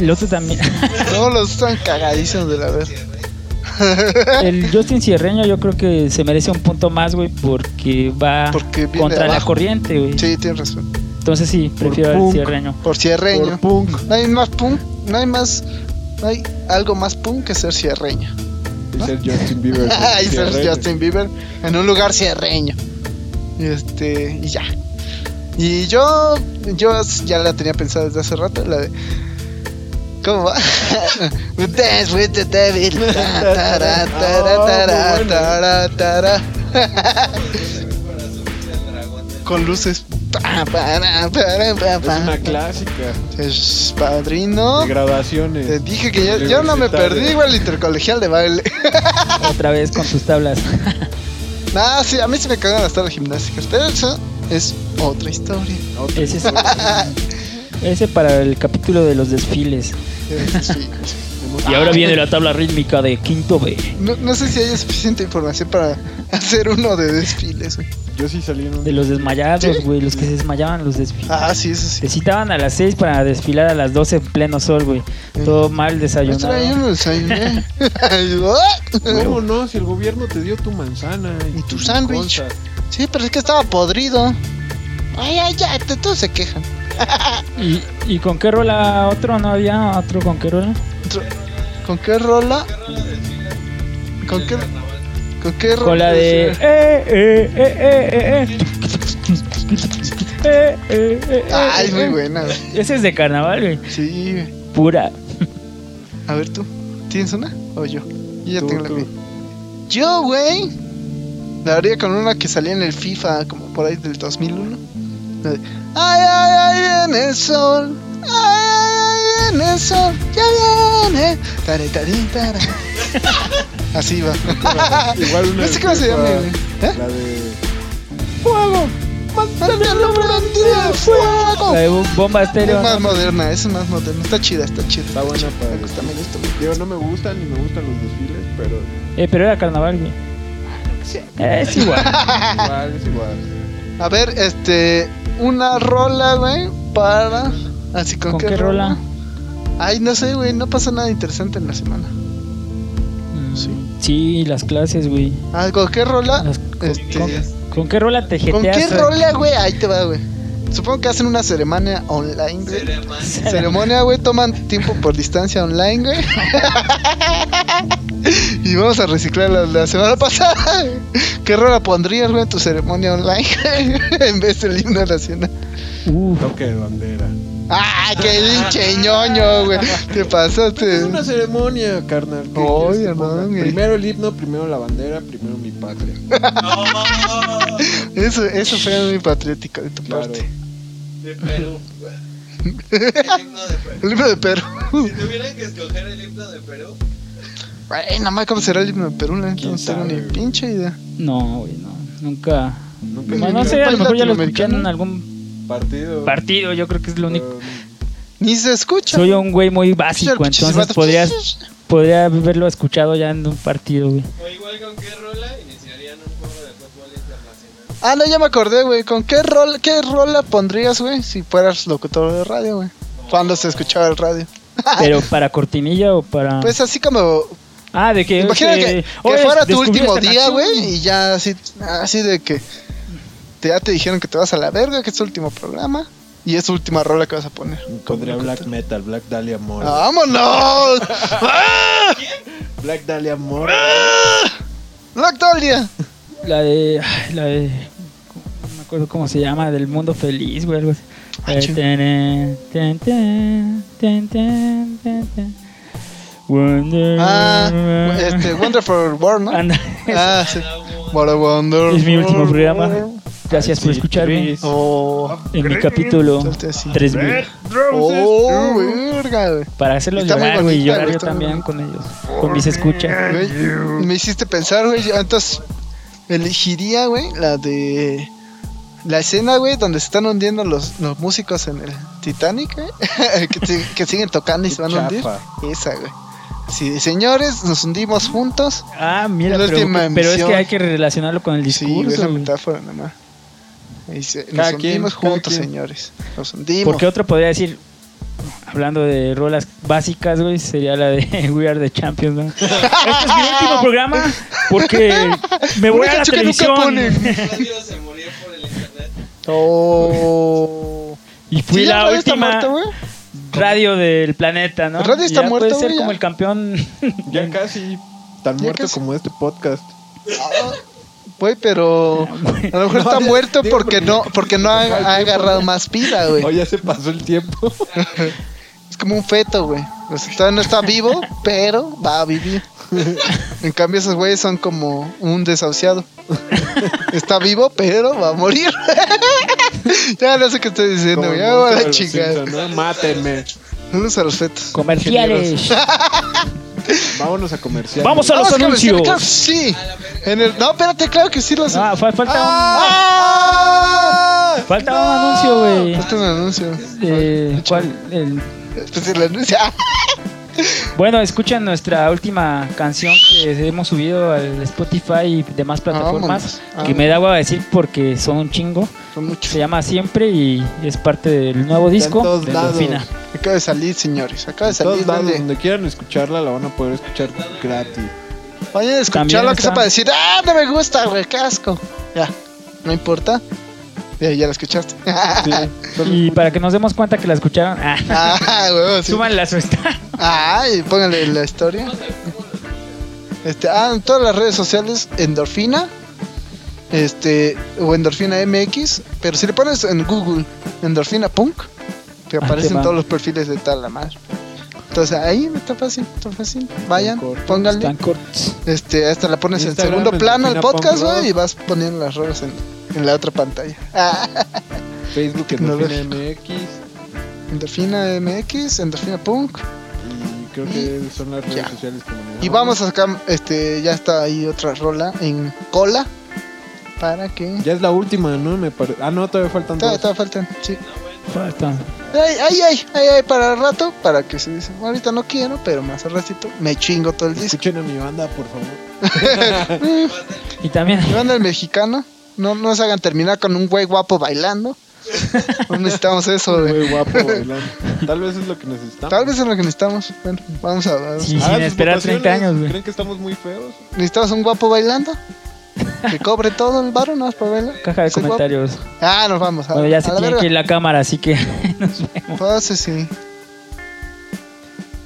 [SPEAKER 4] el otro también.
[SPEAKER 1] Todos los están cagadísimos de la vez.
[SPEAKER 4] El Justin Cierreño, yo creo que se merece un punto más, güey, porque va
[SPEAKER 1] Porque viene
[SPEAKER 4] contra la
[SPEAKER 1] abajo.
[SPEAKER 4] corriente, güey.
[SPEAKER 1] Sí, tienes razón.
[SPEAKER 4] Entonces sí, prefiero al
[SPEAKER 3] punk.
[SPEAKER 4] Cierreño.
[SPEAKER 1] Por
[SPEAKER 3] Por
[SPEAKER 1] Cierreño.
[SPEAKER 3] punk.
[SPEAKER 1] No hay más punk. No hay más. No hay algo más punk que ser Cierreño.
[SPEAKER 3] Y ser
[SPEAKER 1] [laughs]
[SPEAKER 3] Justin Bieber.
[SPEAKER 1] y ser
[SPEAKER 3] Cerreño.
[SPEAKER 1] Justin Bieber en un lugar Cierreño. Este, y ya. Y yo, yo ya la tenía pensada desde hace rato, la de. ¿Cómo va? [laughs] Dance with the
[SPEAKER 3] [laughs]
[SPEAKER 1] devil. Ta, ta, ta, ta, ta, ta, ta. Con luces.
[SPEAKER 3] Ah,
[SPEAKER 1] Pa, pa, ra, pa, ra, pa,
[SPEAKER 3] ¿eh? Es una
[SPEAKER 1] pa.
[SPEAKER 3] clásica.
[SPEAKER 1] Es padrino.
[SPEAKER 3] De graduaciones.
[SPEAKER 1] Te dije que yo, yo no me
[SPEAKER 3] Universitario.
[SPEAKER 1] perdí, güey, el intercolegial de baile. [laughs]
[SPEAKER 4] Otra vez con sus tablas.
[SPEAKER 1] Nah, Ah, sí, a mí se me cagan hasta las gimnásticas. Pero eso es otra
[SPEAKER 3] [laughs]
[SPEAKER 1] historia.
[SPEAKER 3] Otra.
[SPEAKER 4] Ese, es- ese para el capítulo de los desfiles. Ah,
[SPEAKER 1] Sí.
[SPEAKER 4] Y ahora viene la tabla rítmica de quinto B.
[SPEAKER 1] No, no sé si hay suficiente información para [laughs] hacer uno de desfiles. güey.
[SPEAKER 3] Yo sí salí en un... [laughs]
[SPEAKER 4] De los desmayados,
[SPEAKER 1] Sí.
[SPEAKER 4] güey, los que se desmayaban en los desfiles.
[SPEAKER 1] Ah, sí, eso sí.
[SPEAKER 4] Te citaban a las 6 para desfilar a las 12 en pleno sol, güey. Todo mal
[SPEAKER 1] Yo
[SPEAKER 4] desayunado.
[SPEAKER 1] traía uno [laughs] desayuné. ¡ah!
[SPEAKER 3] Huevo, no, si el gobierno te dio tu manzana
[SPEAKER 1] Y tu
[SPEAKER 3] tus
[SPEAKER 1] sándwich.
[SPEAKER 3] cosas.
[SPEAKER 1] Sí, pero es que estaba podrido. Ay, ay, ya, te- todos se quejan.
[SPEAKER 4] ¿Y, ¿Y con qué rola otro? ¿No había otro con qué rola?
[SPEAKER 1] Tro- ¿Con qué rola? ¿Con qué? ¿Con qué rola?
[SPEAKER 4] Con la de. Eh, eh, eh, eh, eh, eh. Eh, eh, eh,
[SPEAKER 1] Ay,
[SPEAKER 4] eh,
[SPEAKER 1] es muy
[SPEAKER 4] eh.
[SPEAKER 1] buena. güey.
[SPEAKER 4] Ese es de carnaval, güey.
[SPEAKER 1] Sí, güey.
[SPEAKER 4] Pura.
[SPEAKER 1] a ver tú. ¿Tienes una? ¿O yo? Yo ya
[SPEAKER 3] Tú,
[SPEAKER 1] tengo la
[SPEAKER 3] tú.
[SPEAKER 1] mía. Yo, güey. La haría con una que salía en el FIFA, como por ahí del 2001. La de, ay, ay, ay, viene el sol. Ay, ay, ay, viene el sol. Ya viene. Tare, tare, [laughs] tara. Así va.
[SPEAKER 3] Igual una
[SPEAKER 1] no sé cómo se llama,
[SPEAKER 3] para-
[SPEAKER 1] güey. ¿Eh?
[SPEAKER 3] La de...
[SPEAKER 1] ¡Fuego! ¡Manténlo prendido! ¡Fuego!
[SPEAKER 4] La de bomba
[SPEAKER 1] Es
[SPEAKER 4] estéreo.
[SPEAKER 1] más moderna, es más moderna. Está chida, está chida.
[SPEAKER 3] Está buena
[SPEAKER 1] chida.
[SPEAKER 3] para-
[SPEAKER 1] Me gusta, me gusta.
[SPEAKER 3] Digo, no me gustan ni me gustan los desfiles, pero
[SPEAKER 4] Eh, pero era carnaval, güey. Eh, Es igual.
[SPEAKER 3] igual es igual.
[SPEAKER 1] A ver, este. Una rola, güey, para. Así [laughs] con,
[SPEAKER 4] ¿Con qué rola?
[SPEAKER 1] Ay, no sé, güey, no pasa nada interesante en la semana.
[SPEAKER 4] Mm,
[SPEAKER 1] Sí.
[SPEAKER 4] Sí, las clases, güey.
[SPEAKER 1] Ah, ¿con qué rola?
[SPEAKER 4] Las- con,
[SPEAKER 1] Este,
[SPEAKER 4] con- ¿con qué rola te jeteas?
[SPEAKER 1] ¿Con qué rola, güey? Ahí te va, güey. Supongo que hacen una ceremonia online, güey. Ceremonia, güey, toman tiempo por distancia online, güey. y vamos a reciclar la, la semana pasada. güey. ¿Qué rola pondrías, güey, en tu ceremonia online? [laughs] en vez del himno nacional.
[SPEAKER 4] [laughs] Uf,
[SPEAKER 3] Toque de bandera.
[SPEAKER 1] ¡Ah, qué pinche ñoño, güey! Te pasaste.
[SPEAKER 3] Es una ceremonia, carnal. ¿qué
[SPEAKER 1] Oye,
[SPEAKER 3] quieres que
[SPEAKER 1] no,
[SPEAKER 3] ponga?
[SPEAKER 1] güey.
[SPEAKER 3] Primero el himno, primero la bandera, primero
[SPEAKER 1] [laughs]
[SPEAKER 3] mi patria.
[SPEAKER 2] No,
[SPEAKER 1] Eso, eso fue muy patriótico de tu
[SPEAKER 3] Claro.
[SPEAKER 1] parte.
[SPEAKER 2] de Perú. El himno de Perú.
[SPEAKER 1] El himno de Perú.
[SPEAKER 2] Si tuvieran que escoger el himno de Perú,
[SPEAKER 1] Güey, nada más cómo será el himno de Perú, la neta,
[SPEAKER 3] ¿Quién
[SPEAKER 1] no tengo
[SPEAKER 3] sabe,
[SPEAKER 1] ni
[SPEAKER 3] güey?
[SPEAKER 1] pinche idea.
[SPEAKER 4] no, güey, no. Nunca.
[SPEAKER 3] Nunca
[SPEAKER 4] Bueno,
[SPEAKER 3] he
[SPEAKER 4] no
[SPEAKER 3] visto
[SPEAKER 4] sé, a lo mejor ya lo escuché
[SPEAKER 1] latinoamericano?
[SPEAKER 4] en algún
[SPEAKER 3] un partido.
[SPEAKER 4] partido. Yo creo que es lo único.
[SPEAKER 3] pero
[SPEAKER 1] Ni se escucha.
[SPEAKER 4] Soy un güey muy
[SPEAKER 1] Escucha el
[SPEAKER 4] básico,
[SPEAKER 1] pinche
[SPEAKER 4] entonces
[SPEAKER 1] silbato.
[SPEAKER 4] podrías, podría haberlo escuchado ya en un partido, güey.
[SPEAKER 2] o igual con qué rola, iniciarían un juego de fútbol internacional.
[SPEAKER 1] Ah, no, ya me acordé, güey. ¿Con qué rol, qué rola pondrías, güey, si fueras locutor de radio, güey? Cuando se escuchaba el radio.
[SPEAKER 4] Pero para cortinilla o para.
[SPEAKER 1] Ah. [laughs] Pues así como.
[SPEAKER 4] ah, de que.
[SPEAKER 1] Imagina que, que
[SPEAKER 4] "Oye,
[SPEAKER 1] fuera tu
[SPEAKER 4] descubrí
[SPEAKER 1] último
[SPEAKER 4] esta
[SPEAKER 1] día,
[SPEAKER 4] canción".
[SPEAKER 1] güey, y ya así, así de que. te- ya te dijeron que te vas a la verga, que es tu último programa. Y es tu última rola que vas a poner.
[SPEAKER 3] Pondría Black Metal, Black Dahlia Mora.
[SPEAKER 1] Ah.
[SPEAKER 4] [laughs]
[SPEAKER 1] ¡Vámonos! ¡Ah!
[SPEAKER 3] Black Dahlia Mora.
[SPEAKER 1] ¡No, Octavia!
[SPEAKER 4] La de. ay, La de. No me acuerdo cómo se llama, del mundo feliz, güey, algo así.
[SPEAKER 1] Ah,
[SPEAKER 4] Eh,
[SPEAKER 1] chinga.
[SPEAKER 4] tenen, ten, ten, ten, ten, ten, ten. Wonder-
[SPEAKER 1] Ah, este, Wonderful World, ¿no?
[SPEAKER 4] [laughs] Anda,
[SPEAKER 1] Ah, sí. What a wonderful
[SPEAKER 4] es mi último
[SPEAKER 1] world.
[SPEAKER 4] programa. Gracias por escucharme
[SPEAKER 1] Oh,
[SPEAKER 4] en mi capítulo
[SPEAKER 1] Salte así.
[SPEAKER 4] 3000.
[SPEAKER 1] oh, verga, güey.
[SPEAKER 4] Para hacerlos
[SPEAKER 1] Está muy
[SPEAKER 4] llorar, güey, y
[SPEAKER 1] bonita,
[SPEAKER 4] llorar
[SPEAKER 1] güey,
[SPEAKER 4] yo
[SPEAKER 1] está muy
[SPEAKER 4] también
[SPEAKER 1] bonita.
[SPEAKER 4] con ellos, con mis escuchas.
[SPEAKER 1] Güey, Me hiciste pensar, güey. Antes elegiría, güey, la de. La escena, güey, donde se están hundiendo los, los músicos en el Titanic, güey. [laughs] que, sig- que siguen tocando y se van a hundir.
[SPEAKER 3] Chafa.
[SPEAKER 1] Esa, güey. Sí, señores, nos hundimos juntos.
[SPEAKER 4] Ah, mira,
[SPEAKER 1] La
[SPEAKER 4] pero,
[SPEAKER 1] última
[SPEAKER 4] pero es que
[SPEAKER 1] emisión.
[SPEAKER 4] hay que relacionarlo con el
[SPEAKER 1] Sí, güey,
[SPEAKER 4] discurso.
[SPEAKER 1] esa
[SPEAKER 4] güey.
[SPEAKER 1] metáfora nada más. Dice,
[SPEAKER 3] Cada
[SPEAKER 1] nos hundimos
[SPEAKER 3] quien, cada
[SPEAKER 1] juntos,
[SPEAKER 3] quien.
[SPEAKER 1] señores. Nos hundimos.
[SPEAKER 4] Porque otro podría decir, hablando de rolas básicas, güey, sería la de [laughs] We Are the Champions, ¿no? este es mi último programa porque me voy
[SPEAKER 1] Una
[SPEAKER 4] a la
[SPEAKER 1] canción que nunca
[SPEAKER 4] televisión.
[SPEAKER 1] ponen.
[SPEAKER 2] La radio se murió por el internet.
[SPEAKER 1] [laughs] Oh.
[SPEAKER 4] Y fui
[SPEAKER 1] Sí,
[SPEAKER 4] la
[SPEAKER 1] radio está
[SPEAKER 4] última
[SPEAKER 1] muerta, güey.
[SPEAKER 4] radio del planeta, ¿no?
[SPEAKER 1] Radio
[SPEAKER 4] Y
[SPEAKER 1] está
[SPEAKER 4] ya
[SPEAKER 1] muerta,
[SPEAKER 4] Puede ser
[SPEAKER 1] güey,
[SPEAKER 4] como
[SPEAKER 1] ya.
[SPEAKER 4] el
[SPEAKER 1] [laughs]
[SPEAKER 4] campeón.
[SPEAKER 3] Ya casi tan
[SPEAKER 1] Ya
[SPEAKER 3] muerto
[SPEAKER 1] casi.
[SPEAKER 3] como este podcast.
[SPEAKER 1] Güey, pero a [laughs] lo mejor
[SPEAKER 3] No,
[SPEAKER 1] está
[SPEAKER 3] digo-
[SPEAKER 1] muerto
[SPEAKER 3] digo
[SPEAKER 1] porque
[SPEAKER 3] porque-
[SPEAKER 1] no porque no [laughs] ha, ha agarrado más pila, güey.
[SPEAKER 3] Hoy Oh, ya se pasó el tiempo.
[SPEAKER 1] Es como un feto, güey. O sea, todavía no está [laughs] vivo, pero va a [laughs] vivir. en cambio, esos güeyes son como un [laughs] desahuciado. está vivo, pero va a morir. [laughs] ya no sé qué estoy diciendo,
[SPEAKER 3] Como
[SPEAKER 1] güey. Ya
[SPEAKER 3] el
[SPEAKER 1] me
[SPEAKER 3] monstruo
[SPEAKER 1] voy a
[SPEAKER 3] de
[SPEAKER 1] la
[SPEAKER 3] los
[SPEAKER 1] chingada.
[SPEAKER 3] Simpson, ¿no? Mátenme.
[SPEAKER 1] Saludos a los fetos.
[SPEAKER 4] Comerciales.
[SPEAKER 3] Vámonos a comercial.
[SPEAKER 4] Vamos a los
[SPEAKER 1] Vamos, cabrón,
[SPEAKER 4] anuncios.
[SPEAKER 1] claro que sí. En el, no, espérate, claro que sí los.
[SPEAKER 4] Ah, fa- falta,
[SPEAKER 1] [laughs] ¡Ah!
[SPEAKER 4] un, falta un anuncio, güey.
[SPEAKER 1] Falta un anuncio.
[SPEAKER 4] Eh, ¿Cuál? El-
[SPEAKER 1] Pues el anuncio.
[SPEAKER 4] bueno, escuchen nuestra última canción que hemos subido al Spotify y demás plataformas.
[SPEAKER 1] Ah, Vámonos.
[SPEAKER 4] Que me da a decir porque son un chingo.
[SPEAKER 1] Son muchos.
[SPEAKER 4] Se llama Siempre y es parte del nuevo disco
[SPEAKER 3] todos
[SPEAKER 4] de
[SPEAKER 3] lados.
[SPEAKER 4] Delfina.
[SPEAKER 1] Acaba de salir, señores. Acaba de
[SPEAKER 3] En todos
[SPEAKER 1] salir.
[SPEAKER 3] lados,
[SPEAKER 1] Dale.
[SPEAKER 3] donde quieran escucharla, la van a poder escuchar
[SPEAKER 1] [laughs]
[SPEAKER 3] gratis.
[SPEAKER 1] Vayan a escuchar
[SPEAKER 4] También
[SPEAKER 1] lo que
[SPEAKER 4] está.
[SPEAKER 1] sea para decir, ah, no me gusta, güey, qué asco. Ya, no importa. Ya, ya la escuchaste. [laughs]
[SPEAKER 3] Sí, solo-
[SPEAKER 4] Y para que nos demos cuenta que la escucharon, ah,
[SPEAKER 1] ah, huevo, sí.
[SPEAKER 4] súbanle a su estado.
[SPEAKER 1] Ah, y pónganle la historia. Este, ah, en todas las redes sociales, Endorfina. Este, o Endorfina MX. Pero si le pones en Google, Endorfina Punk, te
[SPEAKER 4] te
[SPEAKER 1] aparecen
[SPEAKER 4] va.
[SPEAKER 1] todos los perfiles de tal la madre. Entonces ahí está fácil, está fácil. Vayan,
[SPEAKER 3] corto,
[SPEAKER 1] pónganle.
[SPEAKER 4] Están cortos.
[SPEAKER 1] Este, hasta la pones en
[SPEAKER 3] Instagram,
[SPEAKER 1] segundo
[SPEAKER 3] en
[SPEAKER 1] plano al
[SPEAKER 3] Delfina
[SPEAKER 1] podcast,
[SPEAKER 3] Punk Rock.
[SPEAKER 1] güey, y vas poniendo las rolas en, en la otra pantalla. Ah,
[SPEAKER 3] Facebook en
[SPEAKER 1] Tecnológico.
[SPEAKER 3] MX.
[SPEAKER 1] Endorfina MX, Endorfina Punk.
[SPEAKER 3] Y creo que son las redes
[SPEAKER 1] Ya.
[SPEAKER 3] sociales que manejamos.
[SPEAKER 1] Y vamos a sacar, este, ya está ahí otra rola en cola. Para que.
[SPEAKER 3] Ya es la última, ¿no? Me pare- Ah, no, todavía faltan
[SPEAKER 1] Todavía,
[SPEAKER 3] dos.
[SPEAKER 1] todavía faltan, sí.
[SPEAKER 4] Faltan.
[SPEAKER 1] Ay, ay, ay, ay, ay, para el rato, para que se dice, ahorita no quiero, pero más al ratito me chingo todo el disco.
[SPEAKER 4] [laughs]
[SPEAKER 3] Escuchen a mi banda, por favor.
[SPEAKER 4] Y también
[SPEAKER 1] Me van al mexicano, no, no se hagan terminar con un güey guapo
[SPEAKER 4] [laughs]
[SPEAKER 1] bailando. No necesitamos eso, güey.
[SPEAKER 3] Muy guapo bailando. Tal vez es lo que necesitamos. Ah,
[SPEAKER 1] Tal vez es lo que necesitamos. Bueno, vamos a ver.
[SPEAKER 4] Sí. Y sin
[SPEAKER 3] sus
[SPEAKER 4] esperar 30
[SPEAKER 3] votaciones,
[SPEAKER 4] años, güey.
[SPEAKER 3] ¿Creen que estamos muy feos?
[SPEAKER 1] ¿Necesitabas un guapo bailando? Que cobre todo el barro, no más para bailar.
[SPEAKER 4] caja de
[SPEAKER 1] Soy guapo.
[SPEAKER 4] comentarios.
[SPEAKER 1] Ah, nos vamos. A,
[SPEAKER 4] Bueno, ya se
[SPEAKER 1] a la
[SPEAKER 4] tiene
[SPEAKER 1] verga.
[SPEAKER 4] que ir la cámara, así que nos vemos.
[SPEAKER 1] Pues, sí, sí.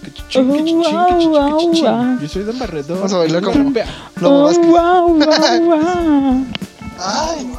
[SPEAKER 3] Que
[SPEAKER 4] Oh,
[SPEAKER 3] chichín, que chichín, que chichín, que chichín. Yo soy de barredor.
[SPEAKER 4] [laughs]
[SPEAKER 1] Vamos a bailar como-
[SPEAKER 3] Trapea.
[SPEAKER 1] [laughs] Lobo Vázquez.
[SPEAKER 4] wow, wow, wow.
[SPEAKER 1] Ay,